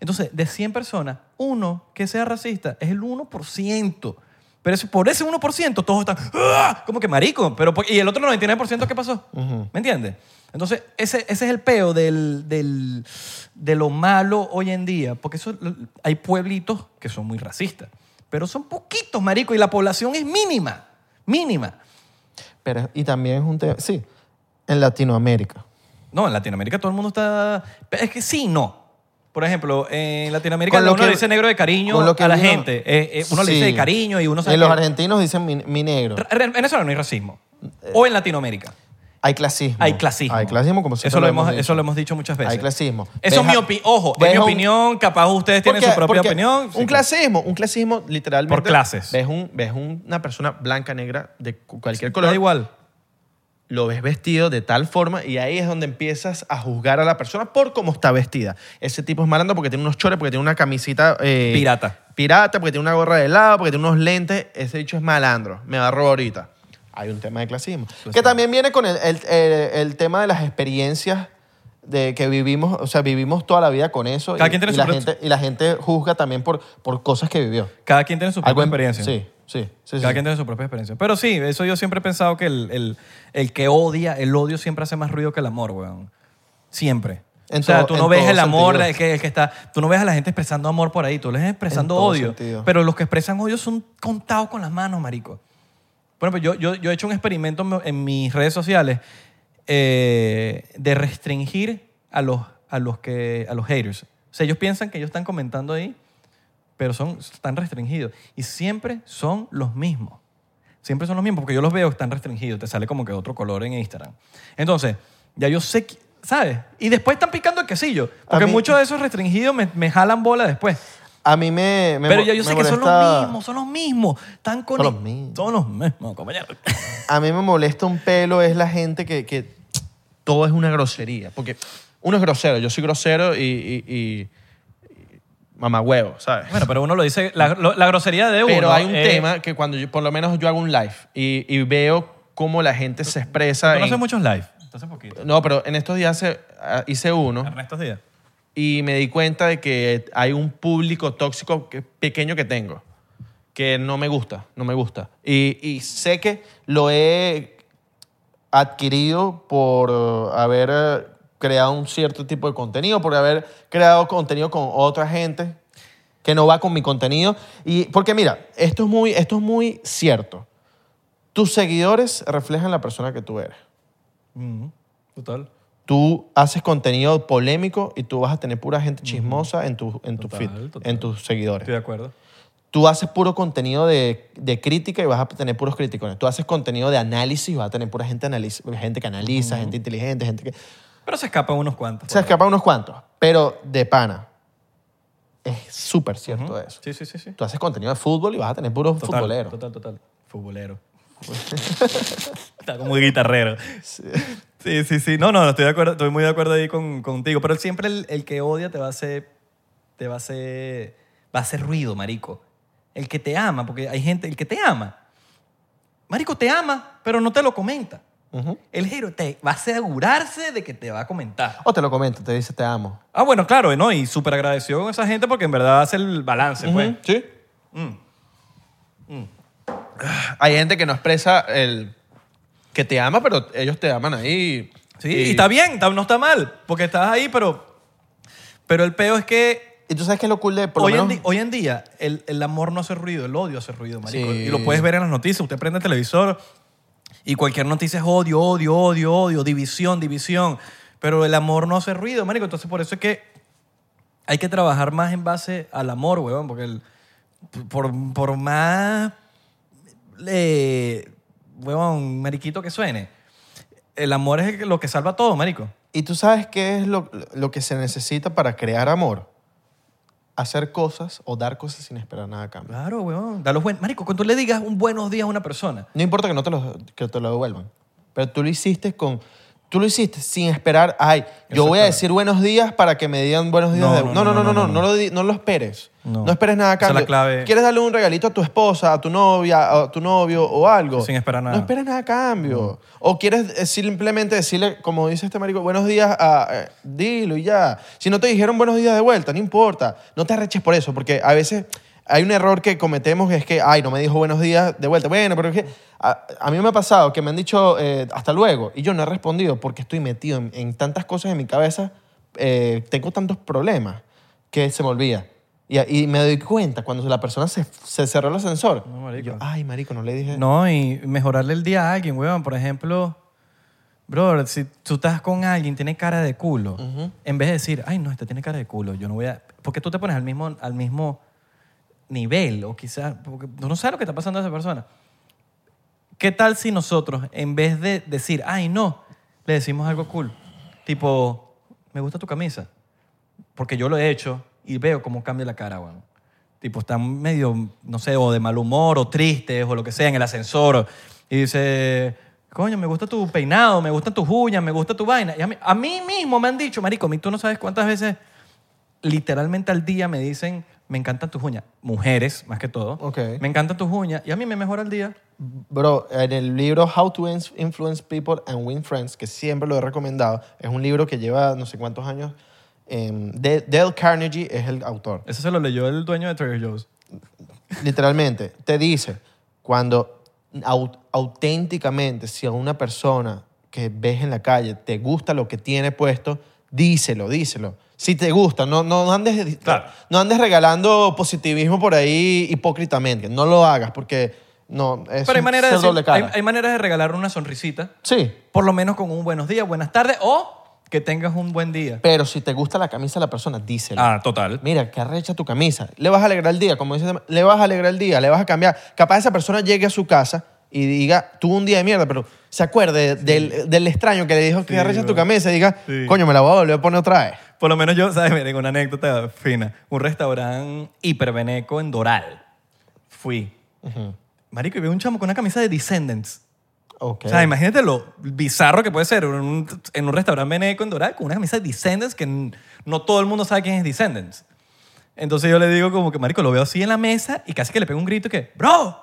Speaker 1: Entonces, de 100 personas, uno que sea racista es el 1%. Pero eso- por ese 1% todos están, "¡Ah!", como que marico. Pero, por- ¿Y el otro 99% qué pasó? ¿Me entiendes? Entonces, ese, ese es el peo del, del- de lo malo hoy en día. Porque eso, hay pueblitos que son muy racistas. Pero son poquitos, marico, y la población es mínima. Mínima.
Speaker 2: Pero- y también es un tema. Sí, en Latinoamérica.
Speaker 1: No, en Latinoamérica todo el mundo está... Es que sí, y no. Por ejemplo, en Latinoamérica
Speaker 2: Con lo
Speaker 1: uno
Speaker 2: que-
Speaker 1: le dice negro de cariño
Speaker 2: con lo que
Speaker 1: a la
Speaker 2: vino-
Speaker 1: gente. Eh, eh, uno le dice
Speaker 2: Sí.
Speaker 1: de cariño y uno sabe
Speaker 2: Y los
Speaker 1: que-
Speaker 2: argentinos dicen mi, mi negro.
Speaker 1: Re- En Venezuela no hay racismo. O en Latinoamérica.
Speaker 2: Hay clasismo.
Speaker 1: Hay clasismo.
Speaker 2: Hay clasismo como siempre
Speaker 1: eso lo hemos,
Speaker 2: dicho.
Speaker 1: Eso lo hemos dicho muchas veces.
Speaker 2: Hay clasismo.
Speaker 1: Eso es mi
Speaker 2: Deja-
Speaker 1: opinión. Ojo, es mi
Speaker 2: deja un-
Speaker 1: opinión. Capaz ustedes tienen
Speaker 2: Porque-
Speaker 1: su propia
Speaker 2: porque
Speaker 1: opinión. Sí,
Speaker 2: Un
Speaker 1: claro.
Speaker 2: clasismo, un clasismo literalmente.
Speaker 1: Por clases.
Speaker 3: Ves, un, ves una persona blanca, negra, de cu- cualquier
Speaker 1: Da
Speaker 3: color,
Speaker 1: igual.
Speaker 3: lo ves vestido de tal forma y ahí es donde empiezas a juzgar a la persona por cómo está vestida. Ese tipo es malandro porque tiene unos chores, porque tiene una camisita... eh,
Speaker 1: Pirata.
Speaker 3: Pirata, porque tiene una gorra de lado, porque tiene unos lentes. Ese dicho es malandro. Me va a robar ahorita.
Speaker 2: Hay un tema de clasismo.
Speaker 1: Pues
Speaker 2: Que también viene con el, el- el- el tema de las experiencias de que vivimos, o sea, vivimos toda la vida con eso.
Speaker 1: Cada
Speaker 2: y,
Speaker 1: quien tiene
Speaker 2: y
Speaker 1: su
Speaker 2: la
Speaker 1: pro-
Speaker 2: gente Y la gente juzga también por, por cosas que vivió.
Speaker 1: Cada quien tiene su propia
Speaker 2: en-
Speaker 1: experiencia.
Speaker 2: Sí, sí. sí,
Speaker 1: Cada
Speaker 2: sí.
Speaker 1: quien tiene su propia experiencia. Pero sí, eso yo siempre he pensado que el, el- el que odia, el odio siempre hace más ruido que el amor, weón. Siempre.
Speaker 2: En
Speaker 1: o sea,
Speaker 2: todo-
Speaker 1: tú no
Speaker 2: en
Speaker 1: ves
Speaker 2: todo
Speaker 1: el amor,
Speaker 2: sentido.
Speaker 1: el que, el que está, tú no ves a la gente expresando amor por ahí, tú les expresando
Speaker 2: todo
Speaker 1: odio.
Speaker 2: sentido.
Speaker 1: Pero los que expresan odio son contados con las manos, marico. Por ejemplo, yo, yo, yo he hecho un experimento en- en mis redes sociales eh, de restringir a los, a, los que, a los haters. O sea, ellos piensan que ellos están comentando ahí, pero son, están restringidos. Y siempre son los mismos. Siempre son los mismos, porque yo los veo que están restringidos. Te sale como que otro color en Instagram. Entonces, ya yo sé, que- ¿sabes? Y después están picando el quesillo, porque
Speaker 2: A mí-
Speaker 1: muchos de esos restringidos me, me jalan bola después.
Speaker 2: A mí me. me
Speaker 1: Pero
Speaker 2: mo-
Speaker 1: ya yo sé
Speaker 2: me
Speaker 1: que son
Speaker 2: molesta-
Speaker 1: los mismos, son los mismos. Están con
Speaker 2: Son los mismos.
Speaker 1: Son los mismos, compañero.
Speaker 2: A mí me molesta un pelo es la gente que. que
Speaker 3: Todo es una grosería. Porque uno es grosero. Yo soy grosero y... y, mamahuevo, ¿sabes?
Speaker 1: Bueno, pero uno lo dice, la, lo- la grosería de uno.
Speaker 3: Pero hay un
Speaker 1: eh,
Speaker 3: tema que cuando yo, por lo menos yo hago un live y, y veo cómo la gente se expresa.
Speaker 1: Tú no
Speaker 3: en-
Speaker 1: haces muchos live. Entonces poquito.
Speaker 3: No, pero en estos días hace- ah, hice uno
Speaker 1: Ernesto Díaz.
Speaker 3: y me di cuenta de que hay un público tóxico que- pequeño que tengo que no me gusta, no me gusta.
Speaker 2: y, y sé que lo he adquirido por eh, haber eh, creado un cierto tipo de contenido, por haber creado contenido con otra gente que no va con mi contenido. Y, porque mira, esto es, muy, esto es muy cierto. Tus seguidores reflejan la persona que tú eres.
Speaker 1: Ujú, Total.
Speaker 2: Tú haces contenido polémico y tú vas a tener pura gente chismosa en, tu, en, tu
Speaker 1: Total,
Speaker 2: feed,
Speaker 1: total.
Speaker 2: en tus seguidores.
Speaker 1: Estoy de acuerdo.
Speaker 2: Tú haces puro contenido de, de crítica y vas a tener puros críticos. Tú haces contenido de análisis y vas a tener pura gente, analiz- gente que analiza, gente inteligente, gente que...
Speaker 1: Pero se escapan unos cuantos.
Speaker 2: Se escapan unos cuantos, pero de pana. Es súper cierto eso.
Speaker 1: Sí, sí, sí, sí.
Speaker 2: Tú haces contenido de fútbol y vas a tener puros
Speaker 1: Total,
Speaker 2: futboleros.
Speaker 1: Total, total. Futbolero. Está como de guitarrero. Sí. sí, sí, No, no, no, estoy, de acuerdo, estoy muy de acuerdo ahí con- contigo. Pero siempre el, el que odia te va a hacer. Te va a hacer. Va a hacer ruido, marico. El que te ama, porque hay gente. El que te ama. Marico te ama, pero no te lo comenta.
Speaker 2: Ujú.
Speaker 1: El héroe te va a asegurarse de que te va a comentar.
Speaker 2: O te lo comenta, te dice te amo.
Speaker 1: Ah, bueno, claro, ¿no? Y súper agradecido con esa gente porque en verdad hace el balance, pues.
Speaker 2: Sí.
Speaker 3: Hay gente que no expresa el que te ama, pero ellos te aman ahí.
Speaker 1: Sí, y, está bien, está- no está mal, porque estás ahí, pero, pero el peo es que
Speaker 2: Y tú sabes que es lo cool de por lo
Speaker 1: hoy en,
Speaker 2: menos-
Speaker 1: di- hoy en día el, el amor no hace ruido, el odio hace ruido, marico.
Speaker 2: Sí.
Speaker 1: Y lo puedes ver en las noticias. Usted prende el televisor y cualquier noticia es odio, odio, odio, odio, división, división. Pero el amor no hace ruido, marico. Entonces por eso es que hay que trabajar más en base al amor, weón, porque el, por, por más eh, weón, mariquito que suene, el amor es lo que salva todo, marico.
Speaker 2: Y tú sabes qué es lo, lo que se necesita para crear amor. Hacer cosas o dar cosas sin esperar nada a cambio.
Speaker 1: Claro, weón. Da los buen... Marico, cuando tú le digas un buenos días a una persona,
Speaker 2: No importa que no te lo, que te lo devuelvan. Pero tú lo hiciste con... Tú lo hiciste sin esperar, ay, yo voy a decir buenos días para que me digan buenos días.
Speaker 1: No,
Speaker 2: de-
Speaker 1: no,
Speaker 2: no, no, no, no, no, no,
Speaker 1: no.
Speaker 2: lo, di- no lo esperes.
Speaker 1: No.
Speaker 2: No, esperes nada a
Speaker 1: Esa es la
Speaker 2: cambio.
Speaker 1: clave.
Speaker 2: ¿Quieres darle un regalito a tu esposa, a tu novia, a tu novio o algo?
Speaker 1: Sin esperar nada.
Speaker 2: No esperes nada a cambio. O quieres eh, simplemente decirle, como dice este marico, buenos días, a, eh, dilo y ya. Si no te dijeron buenos días de vuelta, no importa. No te arreches por eso, porque a veces hay un error que cometemos que es que, ay, no me dijo buenos días de vuelta. Bueno, pero es que a, a mí me ha pasado que me han dicho eh, hasta luego y yo no he respondido porque estoy metido en, en tantas cosas en mi cabeza, eh, tengo tantos problemas que se me olvida. Y, y me doy cuenta cuando la persona se, se cerró el ascensor.
Speaker 1: No, marico.
Speaker 2: Yo, ay, marico, no le dije.
Speaker 1: no, y mejorarle el día a alguien, weón. Por ejemplo, brother, si tú estás con alguien, tiene cara de culo, en vez de decir, ay, no, este tiene cara de culo, yo no voy a. Porque tú te pones al mismo, al mismo nivel, o quizás, porque tú no sabes lo que está pasando a esa persona. ¿Qué tal si nosotros, en vez de decir, ay, no, le decimos algo cool? Tipo, me gusta tu camisa. Porque yo lo he hecho y veo cómo cambia la cara, weón. Tipo, están medio, no sé, o de mal humor, o tristes, o lo que sea, en el ascensor. Y dice, coño, me gusta tu peinado, me gustan tus uñas, me gusta tu vaina. Y a mí, a mí mismo me han dicho, marico, a mí tú no sabes cuántas veces literalmente al día me dicen, me encantan tus uñas. Mujeres, más que todo.
Speaker 2: Ok.
Speaker 1: Me encantan tus uñas. Y a mí me mejora el día.
Speaker 2: Bro, en el libro How to Inf- Influence People and Win Friends, que siempre lo he recomendado, es un libro que lleva no sé cuántos años. em, De- Dale Carnegie es el autor.
Speaker 1: Eso se lo leyó el dueño de Trader Joe's.
Speaker 2: Literalmente, te dice, cuando au- auténticamente, si a una persona que ves en la calle te gusta lo que tiene puesto, díselo, díselo. Si te gusta, no, no, andes,
Speaker 1: Claro.
Speaker 2: no andes regalando positivismo por ahí hipócritamente. No lo hagas porque no, es
Speaker 1: Pero hay
Speaker 2: un
Speaker 1: maneras, de
Speaker 2: ser
Speaker 1: decir-
Speaker 2: doble cara.
Speaker 1: hay- hay maneras de regalar una sonrisita.
Speaker 2: Sí.
Speaker 1: por lo menos con un buenos días, buenas tardes o que tengas un buen día.
Speaker 2: Pero si te gusta la camisa de la persona,
Speaker 1: Ah.
Speaker 2: díselo.
Speaker 1: total.
Speaker 2: Mira, que arrecha tu camisa. Le vas a alegrar el día, como dice, le vas a alegrar el día, le vas a cambiar. Capaz esa persona llegue a su casa y diga, tuvo un día de mierda, pero se acuerde del, del extraño que le dijo que arrecha tu camisa y diga,
Speaker 1: Sí.
Speaker 2: coño, me la voy a volver a poner otra vez.
Speaker 1: Por lo menos yo, ¿sabes? Miren, una anécdota fina. Un restaurante hiperbeneco en Doral. Fui. Marico, y vi un chamo con una camisa de Descendants.
Speaker 2: Ok.
Speaker 1: O sea, imagínate lo bizarro que puede ser en un, en un restaurante beneco en Doral con una camisa de Descendants que n- no todo el mundo sabe quién es Descendants. Entonces yo le digo como que, marico, lo veo así en la mesa y casi que le pego un grito que, bro,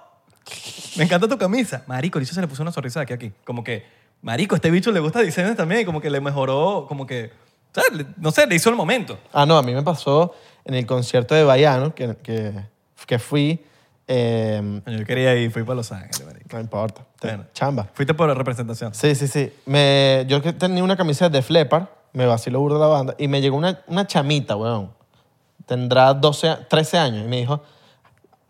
Speaker 1: Me encanta tu camisa. Marico, el bicho se le puso una sonrisa de aquí a aquí. Como que, marico, este bicho le gusta diseño también. y Como que le mejoró, como que, ¿sabes? Le- no sé, le hizo el momento.
Speaker 2: Ah, no, a mí me pasó en el concierto de Bayano, que, que, que fui, eh,
Speaker 1: Coño, Yo quería ir, fui para Los Ángeles, marico.
Speaker 2: no importa,
Speaker 1: Bueno.
Speaker 2: chamba.
Speaker 1: Fuiste por representación.
Speaker 2: Sí, sí, sí. Me, yo que tenía una camisa de Def Leppard, me vaciló burda la banda, y me llegó una, una chamita, weón. Tendrá 12, a- 13 años, y me dijo,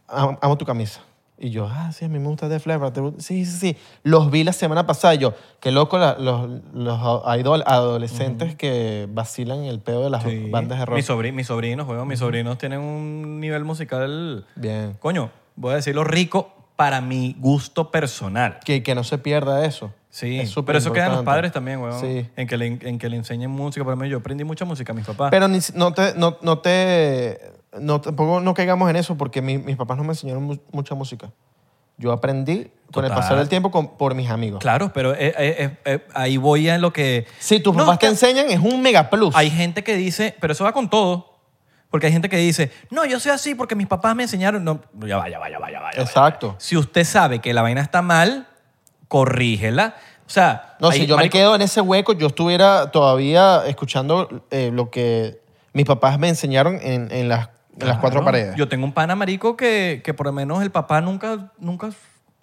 Speaker 2: "Am- amo tu camisa. Y yo, ah, sí, a mí me gusta Def Leppard. te gusta-". Sí, sí, sí. Los vi la semana pasada, y yo, qué loco la- los, los idol- adolescentes que vacilan el pedo de las
Speaker 1: Sí.
Speaker 2: bandas de rock.
Speaker 1: Mis, sobri- mis sobrinos, weón, mis sobrinos tienen un nivel musical,
Speaker 2: Bien.
Speaker 1: coño, voy a decirlo rico para mi gusto personal.
Speaker 2: Que, que no se pierda eso.
Speaker 1: Sí,
Speaker 2: Es súper
Speaker 1: pero eso queda en los
Speaker 2: importante.
Speaker 1: padres también, weón.
Speaker 2: Sí.
Speaker 1: En, que Ah. le, en que le enseñen música. Por lo menos yo aprendí mucha música a mis papás.
Speaker 2: Pero ni si- no te, no, no te no, tampoco no caigamos en eso porque mi- mis papás no me enseñaron mu- mucha música. Yo aprendí con el
Speaker 1: Total.
Speaker 2: pasar del tiempo con- por mis amigos.
Speaker 1: Claro, pero eh, eh, eh, ahí voy a lo que...
Speaker 2: Si tus
Speaker 1: No,
Speaker 2: papás
Speaker 1: es
Speaker 2: te
Speaker 1: que
Speaker 2: enseñan, es un mega plus.
Speaker 1: Hay gente que dice, pero eso va con todo. Porque hay gente que dice, no, yo soy así porque mis papás me enseñaron. No, ya va, ya va, ya va, ya va, ya va.
Speaker 2: Exacto.
Speaker 1: Si usted sabe que la vaina está mal, corrígela. O sea,
Speaker 2: No,
Speaker 1: hay-
Speaker 2: si yo
Speaker 1: marico-
Speaker 2: me quedo en ese hueco, yo estuviera todavía escuchando eh, lo que mis papás me enseñaron en, en las, en las cuatro
Speaker 1: Claro.
Speaker 2: paredes.
Speaker 1: Yo tengo un pana marico que, que por lo menos el papá nunca, nunca,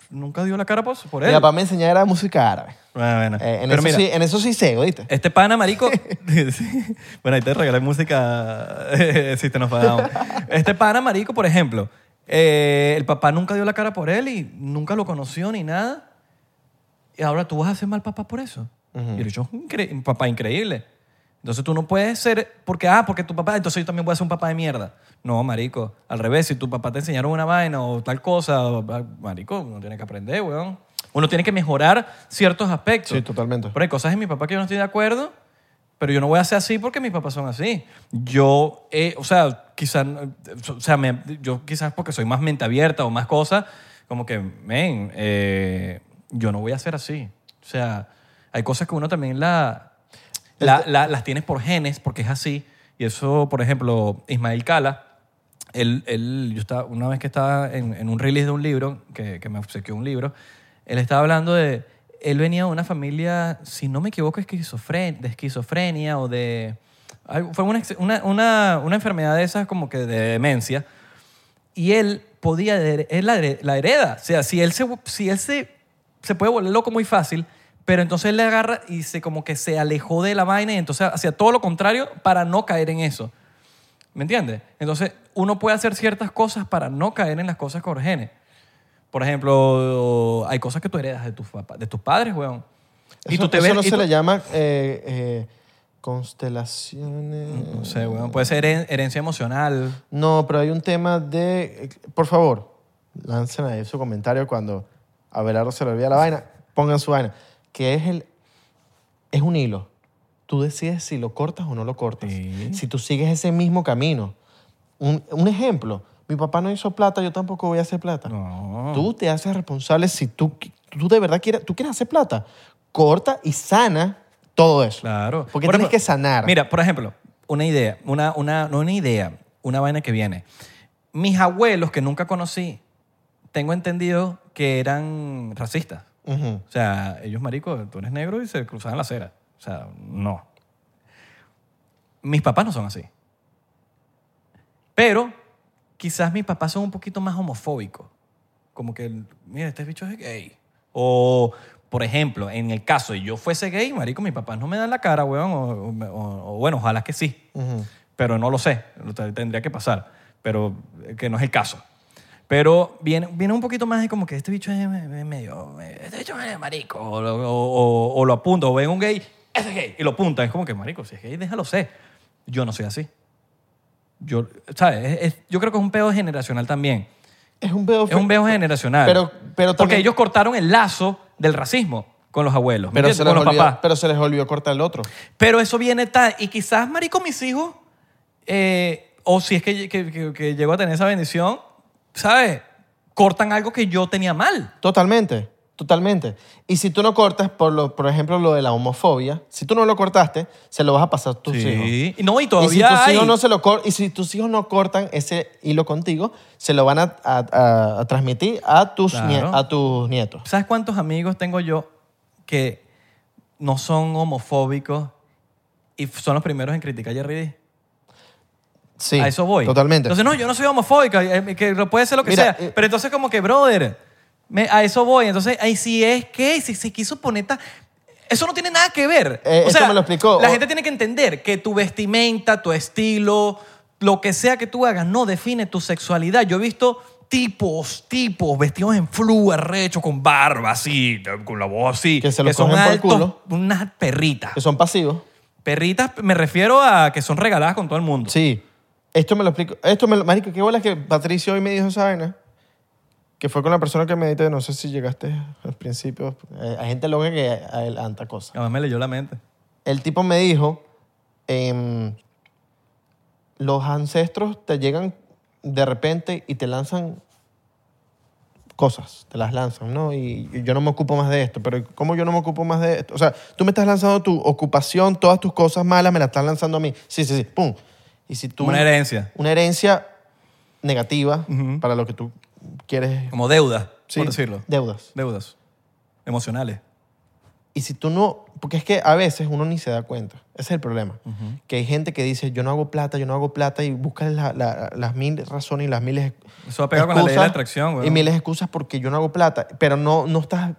Speaker 1: nunca dio la cara por, por
Speaker 2: Mi
Speaker 1: él.
Speaker 2: papá me enseñaba era música árabe.
Speaker 1: Bueno, bueno.
Speaker 2: Eh, en,
Speaker 1: Pero
Speaker 2: eso
Speaker 1: mira,
Speaker 2: sí, en eso sí sé, ¿oíste?
Speaker 1: este pana marico... Sí. bueno, ahí te regalé música si te nos pagamos. Este pana marico, por ejemplo, eh, el papá nunca dio la cara por él y nunca lo conoció ni nada. Y ahora tú vas a ser mal papá por eso. Y el bicho es un incre- un papá increíble. Entonces tú no puedes ser, porque, ah, porque tu papá, entonces yo también voy a ser un papá de mierda. No, marico, al revés, si tu papá te enseñaron una vaina o tal cosa, o- ah, marico, uno tiene que aprender, weón. Uno tiene que mejorar ciertos aspectos.
Speaker 2: Sí, totalmente.
Speaker 1: Pero hay cosas en mi papá que yo no estoy de acuerdo, pero yo no voy a ser así porque mis papás son así. Yo, eh, o sea, quizás, o sea, me- yo quizás porque soy más mente abierta o más cosas, como que, men, eh, yo no voy a ser así. O sea, hay cosas que uno también la, la- la- las tienes por genes, porque es así. Y eso, por ejemplo, Ismael Cala, él, él- yo estaba, una vez que estaba en, en un release de un libro, que, que me obsequió un libro, él estaba hablando de, él venía de una familia, si no me equivoco, esquizofren- de esquizofrenia o de... algo- Fue una, ex- una, una- una enfermedad de esas como que de demencia. Y él podía, her- él la, her- la hereda. O sea, si él, se, si él se, se puede volver loco muy fácil, pero entonces él le agarra y se como que se alejó de la vaina y entonces hacía todo lo contrario para no caer en eso. ¿Me entiendes? Entonces, uno puede hacer ciertas cosas para no caer en las cosas que orgenes. Por ejemplo, hay cosas que tú heredas de tus, papás- de tus padres, weón. y
Speaker 2: Eso-
Speaker 1: tú te
Speaker 2: eso
Speaker 1: ves...
Speaker 2: no
Speaker 1: y
Speaker 2: se
Speaker 1: tú-
Speaker 2: le llama eh, eh, constelaciones.
Speaker 1: no sé, weón. Puede ser heren- herencia emocional.
Speaker 2: No, pero hay un tema de. Por favor, lancen ahí su comentario cuando a Abelardo se le olvida la vaina. Pongan su vaina. Que es el. Es un hilo. Tú decides si lo cortas o no lo cortas.
Speaker 1: Sí.
Speaker 2: Si tú sigues ese mismo camino. Un, un ejemplo. Mi papá no hizo plata, yo tampoco voy a hacer plata.
Speaker 1: No.
Speaker 2: Tú te haces responsable si tú, tú de verdad quieres, tú quieres hacer plata. Corta y sana todo eso.
Speaker 1: Claro.
Speaker 2: Porque
Speaker 1: Por
Speaker 2: tienes
Speaker 1: ejemplo,
Speaker 2: que sanar.
Speaker 1: Mira, por ejemplo, una idea, una, una, no una idea, una vaina que viene. Mis abuelos que nunca conocí, tengo entendido que eran racistas.
Speaker 2: Ujú.
Speaker 1: O sea, ellos, marico, tú eres negro y se cruzaban la acera. O sea, no. Mis papás no son así. Pero quizás mis papás son un poquito más homofóbicos. Como que, mira, este bicho es gay. O, por ejemplo, en el caso de yo fuese gay, marico, mis papás no me dan la cara, weón. O, o- o, bueno, ojalá que sí. Pero no lo sé. Lo t- Tendría que pasar. Pero eh, que no es el caso. Pero viene, viene un poquito más de como que este bicho es me- es medio. Este bicho es marico. O, lo- o- o- o lo apunta. O ven un gay. Ese es gay. Y lo apunta. Es como que, marico, si es gay, déjalo ser. Yo no soy así. Yo, ¿sabes? Es- es- yo creo que es un pedo generacional también.
Speaker 2: Es un pedo.
Speaker 1: Es un veo generacional.
Speaker 2: Pero- pero también-
Speaker 1: Porque ellos cortaron el lazo del racismo con los abuelos, ¿me
Speaker 2: Pero
Speaker 1: entiendes?
Speaker 2: se,
Speaker 1: con
Speaker 2: les
Speaker 1: los
Speaker 2: olvidó,
Speaker 1: papás. Pero...
Speaker 2: pero se les olvidó cortar el otro.
Speaker 1: eso viene tal. Y quizás, marico, mis hijos, eh, o si es que, que, que- que llego a tener esa bendición, ¿sabes? Cortan algo que yo tenía mal.
Speaker 2: Totalmente, totalmente. Y si tú no cortas, por, lo, por ejemplo, lo de la homofobia, si tú no lo cortaste, se lo vas a pasar a tus hijos.
Speaker 1: Y No, y
Speaker 2: y si tus
Speaker 1: todavía hay.
Speaker 2: hijos no se lo cor- y si tus hijos no cortan ese hilo contigo, se lo van a, a- a- a transmitir a tus,
Speaker 1: Claro.
Speaker 2: nie- a tus nietos.
Speaker 1: ¿Sabes cuántos amigos tengo yo que no son homofóbicos y son los primeros en criticar a Jerry D?
Speaker 2: Sí,
Speaker 1: a eso voy.
Speaker 2: Totalmente.
Speaker 1: Entonces, no, yo no soy homofóbica, eh, que lo puede ser lo que
Speaker 2: Mira,
Speaker 1: sea.
Speaker 2: eh,
Speaker 1: pero entonces, como que, brother, me- a eso voy. Entonces, ahí si es que, si se quiso poner ta- Eso no tiene nada que ver.
Speaker 2: Eh, esto me lo explicó.
Speaker 1: La
Speaker 2: O-
Speaker 1: gente tiene que entender que tu vestimenta, tu estilo, lo que sea que tú hagas, no define tu sexualidad. Yo he visto tipos, tipos, vestidos en flu, arrecho, con barba así, con la voz así.
Speaker 2: Que se los
Speaker 1: son
Speaker 2: cogen por el
Speaker 1: altos,
Speaker 2: culo.
Speaker 1: unas perritas.
Speaker 2: que son pasivos.
Speaker 1: Perritas, me refiero a que son regaladas con todo el mundo.
Speaker 2: Sí. Esto me lo explico. Esto me lo, marico, qué bolas que Patricio hoy me dijo esa vaina. Que fue con la persona que me edité, no sé si llegaste al principio. Eh, Hay gente loca que adelanta cosas.
Speaker 1: Además me leyó la mente.
Speaker 2: El tipo me dijo, em, los ancestros te llegan de repente y te lanzan cosas, te las lanzan, ¿no? Y y yo no me ocupo más de esto, pero ¿cómo yo no me ocupo más de esto? O sea, tú me estás lanzando tu ocupación, todas tus cosas malas me las estás lanzando a mí. Sí, sí, sí, pum. Y si tú
Speaker 1: Una herencia.
Speaker 2: una herencia negativa para lo que tú quieres,
Speaker 1: Como deuda,
Speaker 2: Sí,
Speaker 1: por decirlo.
Speaker 2: deudas.
Speaker 1: Deudas. Emocionales.
Speaker 2: Y si tú no, porque es que a veces uno ni se da cuenta, ese es el problema, que hay gente que dice, yo no hago plata, yo no hago plata y busca la- la- las mil razones y las miles
Speaker 1: Eso va pegado con la ley de la atracción,
Speaker 2: Y
Speaker 1: weón.
Speaker 2: miles de excusas porque yo no hago plata, pero no, no, estás,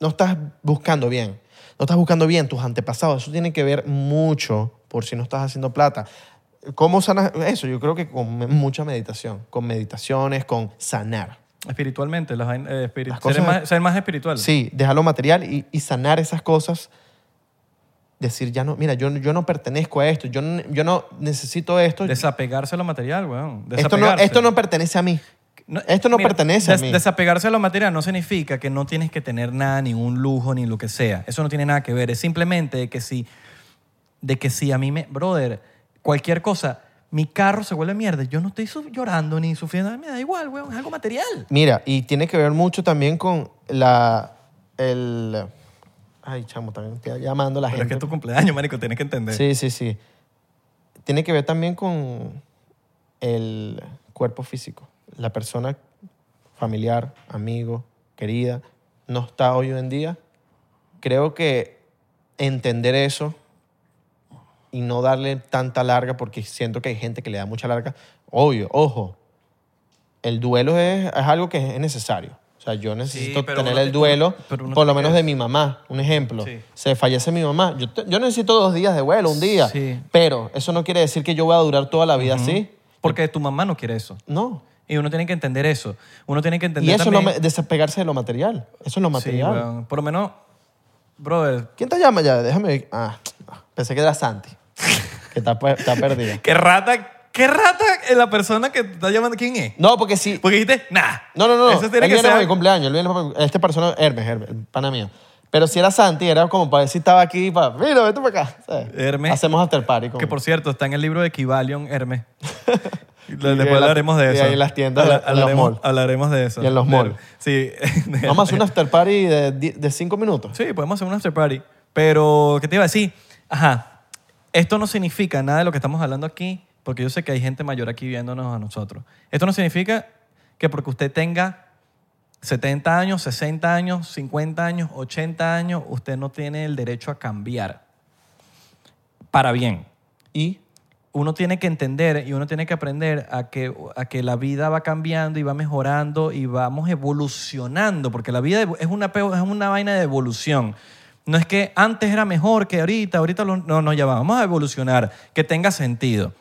Speaker 2: no estás buscando bien, no estás buscando bien tus antepasados, eso tiene que ver mucho por si no estás haciendo plata. ¿Cómo sanas eso? Yo creo que con me- mucha meditación, con meditaciones, con sanar.
Speaker 1: Espiritualmente, las, vain- eh, espiri-
Speaker 2: Las
Speaker 1: ser,
Speaker 2: cosas-
Speaker 1: más, ser más espiritual.
Speaker 2: Sí, dejar lo material y, y sanar esas cosas. Decir, ya no, mira, yo, yo no pertenezco a esto, yo, no- yo no necesito esto.
Speaker 1: Desapegarse a lo material, weón.
Speaker 2: Esto no,
Speaker 1: Desapegarse.
Speaker 2: esto no pertenece a mí.
Speaker 1: No, eh,
Speaker 2: esto no pertenece a mí.
Speaker 1: Desapegarse a lo material no significa que no tienes que tener nada, ningún lujo, ni lo que sea. Eso no tiene nada que ver. Es simplemente de que si, de que si a mí me... Brother, cualquier cosa, mi carro se vuelve mierda. Yo no estoy su- llorando ni sufriendo. Me da igual, weón. Es algo material.
Speaker 2: Mira, y tiene que ver mucho también con la. El. Ay, chamo, también está llamando la
Speaker 1: Pero es que
Speaker 2: gente.
Speaker 1: es tu cumpleaños, marico. Tienes que entender.
Speaker 2: Sí, sí, sí. Tiene que ver también con el cuerpo físico. La persona familiar, amigo, querida, no está hoy en día. Creo que entender eso y no darle tanta larga, porque siento que hay gente que le da mucha larga. Obvio, ojo, el duelo es, es algo que es necesario. O sea, yo necesito
Speaker 1: pero
Speaker 2: tener
Speaker 1: uno
Speaker 2: el
Speaker 1: te-
Speaker 2: duelo,
Speaker 1: pero uno
Speaker 2: por lo
Speaker 1: tiene
Speaker 2: menos
Speaker 1: que-
Speaker 2: de mi mamá, un ejemplo.
Speaker 1: Sí.
Speaker 2: Se fallece mi mamá. Yo, te- yo necesito dos días de vuelo, un día.
Speaker 1: Sí.
Speaker 2: Pero eso no quiere decir que yo voy a durar toda la vida así.
Speaker 1: Porque tu mamá no quiere eso.
Speaker 2: No.
Speaker 1: Y uno tiene que entender eso. Uno tiene que entender
Speaker 2: y eso es lo
Speaker 1: también...
Speaker 2: ma- desapegarse de lo material. Eso es lo
Speaker 1: Sí,
Speaker 2: material.
Speaker 1: weón. Por lo menos, brother,
Speaker 2: ¿Quién te llama ya? Déjame ver. Ah, pensé que era Santi. que está, pe- está perdida.
Speaker 1: qué rata, qué rata es la persona que te está llamando. ¿Quién es?
Speaker 2: No, porque si...
Speaker 1: Porque dijiste, nah.
Speaker 2: No, no, no.
Speaker 1: Pues, Eso tiene
Speaker 2: él
Speaker 1: que
Speaker 2: viene para
Speaker 1: ser.
Speaker 2: mi cumpleaños. él viene para mi- este persona, Hermes, Hermes, el pana mío. Pero si era Santi, era como para ver si estaba aquí. Para, Mira, vete para acá. ¿sabes?
Speaker 1: Hermes.
Speaker 2: Hacemos after party. Con,
Speaker 1: Que por cierto, está en el libro de Kivalion Hermes. Y
Speaker 2: Y en
Speaker 1: Después
Speaker 2: la-
Speaker 1: hablaremos de
Speaker 2: y
Speaker 1: eso.
Speaker 2: ahí en las tiendas, en los
Speaker 1: hablaremos,
Speaker 2: malls.
Speaker 1: hablaremos de eso.
Speaker 2: Y en los
Speaker 1: De-
Speaker 2: malls.
Speaker 1: Sí. de-
Speaker 2: Vamos a hacer un after party de, di- de cinco minutos.
Speaker 1: Sí, podemos hacer un after party. Pero, ¿qué te iba a decir? Ajá. Esto no significa nada de lo que estamos hablando aquí, porque yo sé que hay gente mayor aquí viéndonos a nosotros. Esto no significa que porque usted tenga 70 años, 60 años, 50 años, 80 años, usted no tiene el derecho a cambiar. Para bien.
Speaker 2: Y
Speaker 1: uno tiene que entender y uno tiene que aprender a que, a que la vida va cambiando y va mejorando y vamos evolucionando, porque la vida es una, pe- es una vaina de evolución. No es que antes era mejor que ahorita, ahorita lo- no, no, ya va. vamos a evolucionar, que tenga sentido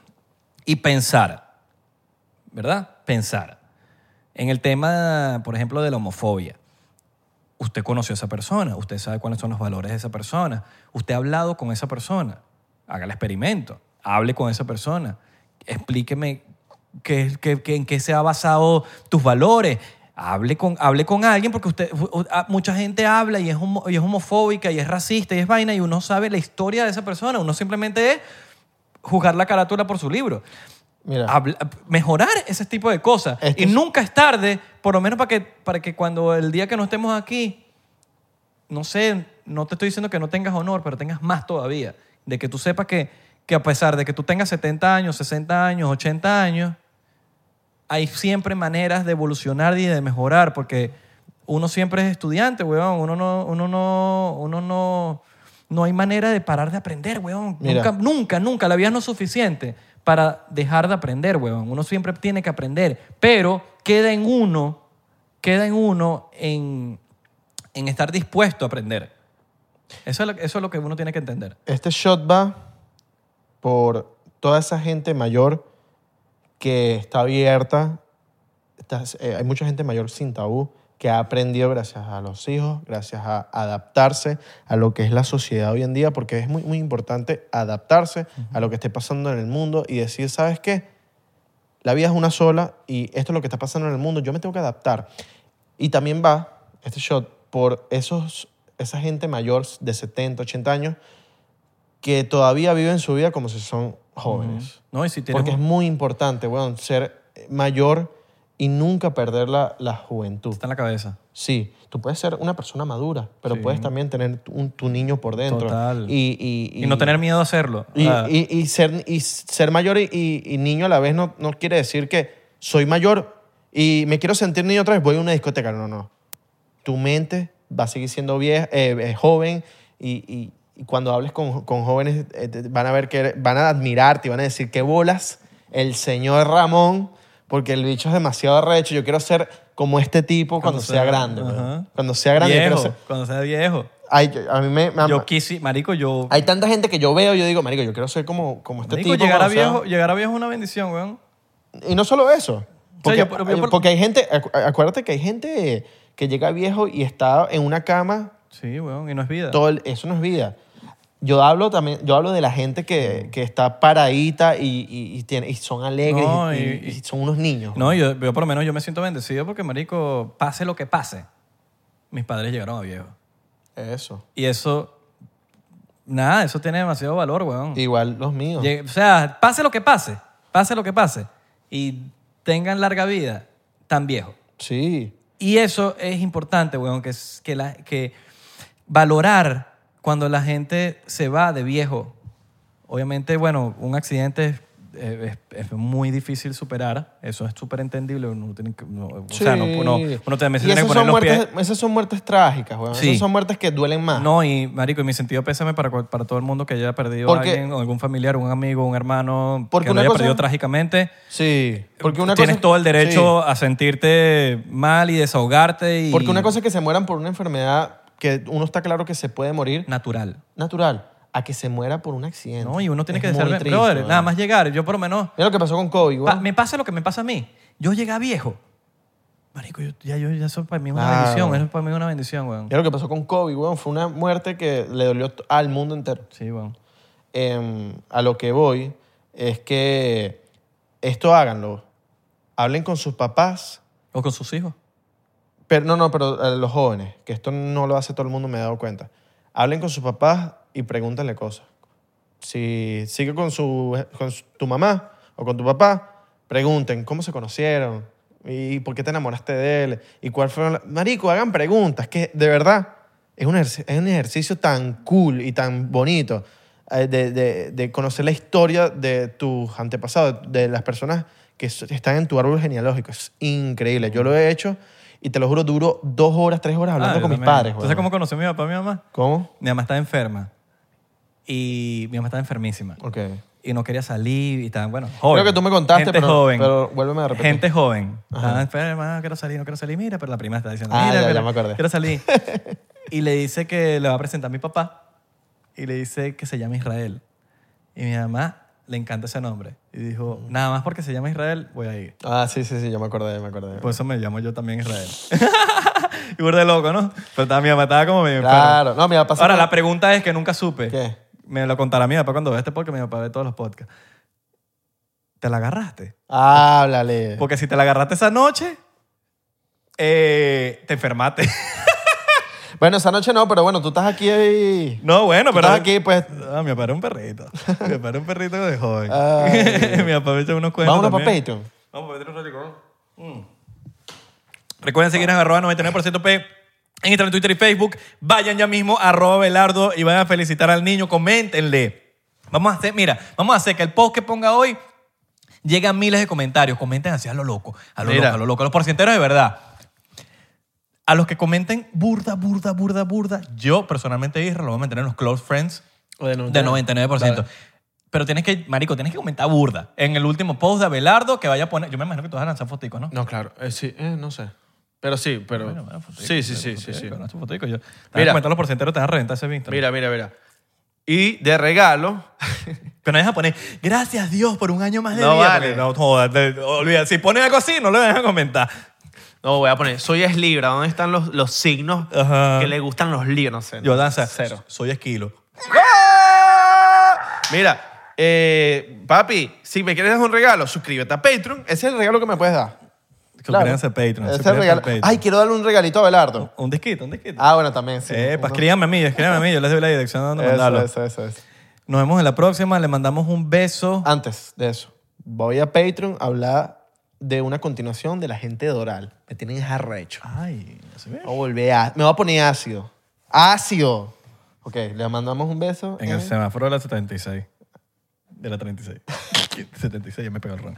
Speaker 1: y pensar, ¿verdad? Pensar. En el tema, por ejemplo, de la homofobia. Usted conoció a esa persona, usted sabe cuáles son los valores de esa persona, usted ha hablado con esa persona, haga el experimento, hable con esa persona, explíqueme qué, qué- qué- en qué se ha basado tus valores, hable con, hable con alguien porque usted, u- u- a- mucha gente habla y es, homo- y es homofóbica y es racista y es vaina y uno sabe la historia de esa persona, uno simplemente es juzgar la carátula por su libro
Speaker 2: mira.
Speaker 1: habla- mejorar ese tipo de cosas.
Speaker 2: Esto
Speaker 1: y
Speaker 2: es-
Speaker 1: nunca es tarde, por lo menos para que, para que cuando el día que no estemos aquí, no sé, no te estoy diciendo que no tengas honor, pero tengas más todavía. De que tú sepas que, que a pesar de que tú tengas 70 años, 60 años, 80 años, hay siempre maneras de evolucionar y de mejorar, porque uno siempre es estudiante, weón. Uno no, uno no, uno no, no hay manera de parar de aprender, weón.
Speaker 2: Mira.
Speaker 1: Nunca, nunca, nunca. La vida no es suficiente para dejar de aprender, weón. Uno siempre tiene que aprender, pero queda en uno, queda en uno en, en estar dispuesto a aprender. Eso es, lo, eso es lo que uno tiene que entender.
Speaker 2: Este shot va por toda esa gente mayor que está abierta. Está- eh, hay mucha gente mayor sin tabú que ha aprendido gracias a los hijos, gracias a adaptarse a lo que es la sociedad hoy en día, porque es muy, muy importante adaptarse a lo que esté pasando en el mundo y decir, ¿sabes qué? La vida es una sola y esto es lo que está pasando en el mundo, yo me tengo que adaptar. Y también va este shot por esos, esa gente mayor de 70, 80 años que todavía viven su vida como si son jóvenes.
Speaker 1: No, y si tienes
Speaker 2: Porque es
Speaker 1: un-
Speaker 2: muy importante, weón, ser mayor y nunca perder la, la juventud.
Speaker 1: está en la cabeza.
Speaker 2: Sí, tú puedes ser una persona madura, pero
Speaker 1: Sí.
Speaker 2: puedes también tener tu- un, tu niño por dentro.
Speaker 1: Total.
Speaker 2: Y, y-
Speaker 1: Y, no tener miedo a hacerlo.
Speaker 2: y,
Speaker 1: Ah,
Speaker 2: y- y ser, y ser mayor y, y- y niño a la vez no, no quiere decir que soy mayor y me quiero sentir niño otra vez, voy a una discoteca. No, no. Tu mente va a seguir siendo vieja, eh, eh, joven y, y- y cuando hables con, con jóvenes eh, te- van a ver que eres- van a admirarte y van a decir qué bolas el señor Ramón porque el bicho es demasiado recho. Yo quiero ser como este tipo cuando, sea, grande.
Speaker 1: ajá.
Speaker 2: weón. Cuando sea grande. yo quiero
Speaker 1: viejo,
Speaker 2: ser-
Speaker 1: cuando sea viejo.
Speaker 2: Ay, yo- a mí me, me-
Speaker 1: Yo quise, marico, yo...
Speaker 2: hay tanta gente que yo veo, yo digo, marico, yo quiero ser como, como este
Speaker 1: marico,
Speaker 2: tipo.
Speaker 1: llegar a,
Speaker 2: o sea,
Speaker 1: viejo, llegar a viejo es una bendición, weón.
Speaker 2: Y no solo eso. Porque,
Speaker 1: yo por- yo por-
Speaker 2: porque hay gente, acu- acuérdate que hay gente que llega viejo y está en una cama,
Speaker 1: Sí, weón, y no es vida.
Speaker 2: todo el- eso no es vida. Yo hablo también, yo hablo de la gente que, que está paradita y, y, y tiene, y son alegres
Speaker 1: No,
Speaker 2: y,
Speaker 1: y-
Speaker 2: y- y son unos niños.
Speaker 1: No, yo, yo por lo menos yo me siento bendecido porque, marico, pase lo que pase, mis padres llegaron a viejo.
Speaker 2: Eso.
Speaker 1: Y eso, nada, eso tiene demasiado valor, weón.
Speaker 2: Igual los míos.
Speaker 1: Lleg- O sea, pase lo que pase, pase lo que pase, y tengan larga vida tan viejo.
Speaker 2: Sí.
Speaker 1: Y eso es importante, weón, que, es- que, la, que valorar cuando la gente se va de viejo. Obviamente, bueno, un accidente es, eh, es- es muy difícil superar. Eso es súper entendible. Uno tiene que, no- o sea, no,
Speaker 2: Sí.
Speaker 1: uno, uno también se
Speaker 2: Y
Speaker 1: tiene que
Speaker 2: esas
Speaker 1: poner
Speaker 2: son,
Speaker 1: los
Speaker 2: muertes,
Speaker 1: pies.
Speaker 2: esas son muertes trágicas, weón.
Speaker 1: Sí.
Speaker 2: Esas son muertes que duelen más.
Speaker 1: No, y marico, y mi sentido pésame para, cual- para todo el mundo que haya perdido
Speaker 2: Porque-
Speaker 1: a alguien, o algún familiar, un amigo, un hermano,
Speaker 2: Porque
Speaker 1: que lo
Speaker 2: una
Speaker 1: haya
Speaker 2: cosa-
Speaker 1: perdido trágicamente.
Speaker 2: Sí. Porque una
Speaker 1: Tienes
Speaker 2: cosa-
Speaker 1: todo el
Speaker 2: Sí.
Speaker 1: derecho a sentirte mal y desahogarte y
Speaker 2: Porque una cosa es que se mueran por una enfermedad que uno está claro que se puede morir
Speaker 1: natural.
Speaker 2: natural, a que se muera por un accidente.
Speaker 1: No, y uno tiene
Speaker 2: Es
Speaker 1: que
Speaker 2: muy
Speaker 1: ser
Speaker 2: triste,
Speaker 1: brother,
Speaker 2: weón.
Speaker 1: nada más llegar, yo por lo menos,
Speaker 2: Mira lo que pasó con Kobe,
Speaker 1: pa-
Speaker 2: weón.
Speaker 1: me pasa lo que me pasa a mí. Yo llegué a viejo. Marico, yo- ya, yo, ya eso para mí es una
Speaker 2: Claro.
Speaker 1: bendición, eso para mí es una bendición, weón.
Speaker 2: Mira lo que pasó con Kobe, weón. Fue una muerte que le dolió t- al mundo entero.
Speaker 1: Sí, weón.
Speaker 2: Em, a lo que voy es que esto háganlo. Hablen con sus papás.
Speaker 1: O con sus hijos.
Speaker 2: Pero, no, no, pero eh, los jóvenes, que esto no lo hace todo el mundo, me he dado cuenta. Hablen con sus papás y pregúntenle cosas. Si sigue con, su, con su- tu mamá o con tu papá, pregunten cómo se conocieron y por qué te enamoraste de él y cuál fue... la- Marico, hagan preguntas, que de verdad es un, ejerci- es un ejercicio tan cool y tan bonito eh, de, de- de conocer la historia de tus antepasados, de las personas que s- están en tu árbol genealógico. Es increíble. Yo lo he hecho y te lo juro, duro dos horas, tres horas hablando
Speaker 1: Ah,
Speaker 2: con
Speaker 1: yo
Speaker 2: mis
Speaker 1: también.
Speaker 2: padres.
Speaker 1: ¿Tú sabes
Speaker 2: weón.
Speaker 1: cómo conocí a mi papá y mi mamá?
Speaker 2: ¿Cómo?
Speaker 1: Mi mamá estaba enferma. Y mi mamá estaba enfermísima.
Speaker 2: Ok.
Speaker 1: y no quería salir y estaban, bueno, joven.
Speaker 2: Creo que tú me contaste,
Speaker 1: gente
Speaker 2: pero-
Speaker 1: joven.
Speaker 2: pero vuélveme a repetir.
Speaker 1: Gente joven. Estaban enferma, no quiero salir, no quiero salir. Mira, pero la prima está diciendo,
Speaker 2: Ah,
Speaker 1: mira,
Speaker 2: ya, ya
Speaker 1: pero
Speaker 2: me acordé.
Speaker 1: quiero salir. y le dice que le va a presentar a mi papá y le dice que se llama Israel. Y mi mamá le encanta ese nombre. Y dijo,
Speaker 2: Mm.
Speaker 1: nada más porque se llama Israel, voy a ir.
Speaker 2: Ah, sí, sí, sí, yo me acordé, me acordé.
Speaker 1: Por eso me llamo yo también Israel. y burde loco, ¿no? Pero estaba, mi mamá estaba como medio enferma.
Speaker 2: claro. No, mira, pasa
Speaker 1: Ahora,
Speaker 2: con-
Speaker 1: la pregunta es que nunca supe.
Speaker 2: ¿Qué?
Speaker 1: Me lo contará mi papá cuando vea este podcast. Mi papá ve todos los podcasts. ¿Te la agarraste?
Speaker 2: Háblale.
Speaker 1: Porque si te la agarraste esa noche, eh, te enfermaste.
Speaker 2: Bueno, esa noche no, pero bueno, tú estás aquí y...
Speaker 1: No, bueno,
Speaker 2: tú
Speaker 1: pero...
Speaker 2: estás aquí, pues...
Speaker 1: Ah, mi papá era un perrito. mi papá era un perrito de joven.
Speaker 2: Ay.
Speaker 1: mi papá me echó unos cuentos
Speaker 2: Vámonos para
Speaker 1: también.
Speaker 2: Patreon.
Speaker 1: Vamos para Patreon un ratico. Mm. Recuerden seguirnos en arroba 99% P en Instagram, Twitter y Facebook. Vayan ya mismo a arroba Belardo y vayan a felicitar al niño. Coméntenle. Vamos a hacer, mira, vamos a hacer que el post que ponga hoy llegue a miles de comentarios. Comenten así a lo loco, a lo
Speaker 3: Mira.
Speaker 1: loco, a lo loco. A los porcienteros de verdad. A los que comenten burda, burda, burda, burda, yo personalmente, Israel, lo voy a mantener en los close friends de 99%. Pero tienes que, marico, tienes que comentar burda. En el último post de Abelardo que vaya a poner... Yo me imagino que tú vas a lanzar foticos, ¿no?
Speaker 3: No, claro. Eh, sí, eh, no sé. Pero sí, pero...
Speaker 1: Bueno, pues, bueno, fotico,
Speaker 3: sí, sí, sí,
Speaker 1: bueno,
Speaker 3: sí,
Speaker 1: fotico,
Speaker 3: sí.
Speaker 1: bueno, su fotico, yo. Te vas a
Speaker 3: Mira.
Speaker 1: comentar los porcenteros, te van a reventar ese Instagram.
Speaker 3: Mira, mira, mira. Y de regalo...
Speaker 1: Pero no dejas poner, gracias Dios por un año más de
Speaker 3: No
Speaker 1: vida.
Speaker 3: vale.
Speaker 1: porque No, jodas, te- olvida. Si pones algo así, no lo dejas comentar.
Speaker 3: No, voy a poner, soy es Libra, ¿dónde están los, los signos
Speaker 1: Ajá.
Speaker 3: que le gustan los Libras? No sé.
Speaker 1: Yo danza,
Speaker 3: Cero.
Speaker 1: soy esquilo.
Speaker 3: ¡Ah! Mira, eh, papi, si me quieres dar un regalo, suscríbete a Patreon.
Speaker 2: Ese es el regalo que me puedes dar.
Speaker 1: Suscríbanse a Patreon.
Speaker 2: Ese es el
Speaker 1: suscríbanse a
Speaker 2: regalo.
Speaker 1: Patreon.
Speaker 2: Ay, quiero darle un regalito a Belardo.
Speaker 1: Un disquito, un disquito.
Speaker 2: Ah, bueno, también, sí.
Speaker 1: Epa,
Speaker 2: Uno-
Speaker 1: escríbanme a mí, escríbanme a mí. Yo les doy la dirección a donde
Speaker 2: Eso,
Speaker 1: mandarlo.
Speaker 2: eso, eso, eso.
Speaker 1: Nos vemos en la próxima. Le mandamos un beso.
Speaker 2: Antes de eso, voy a Patreon a hablar de una continuación de la gente de Doral. Me tienen arrecho.
Speaker 1: Ay, así
Speaker 2: Me voy a volver á- me voy a poner ácido. ¡Ácido! Ok, le mandamos un beso.
Speaker 1: En el
Speaker 2: eh.
Speaker 1: semáforo de la 76. De la 36. 76, ya me pegó el ron.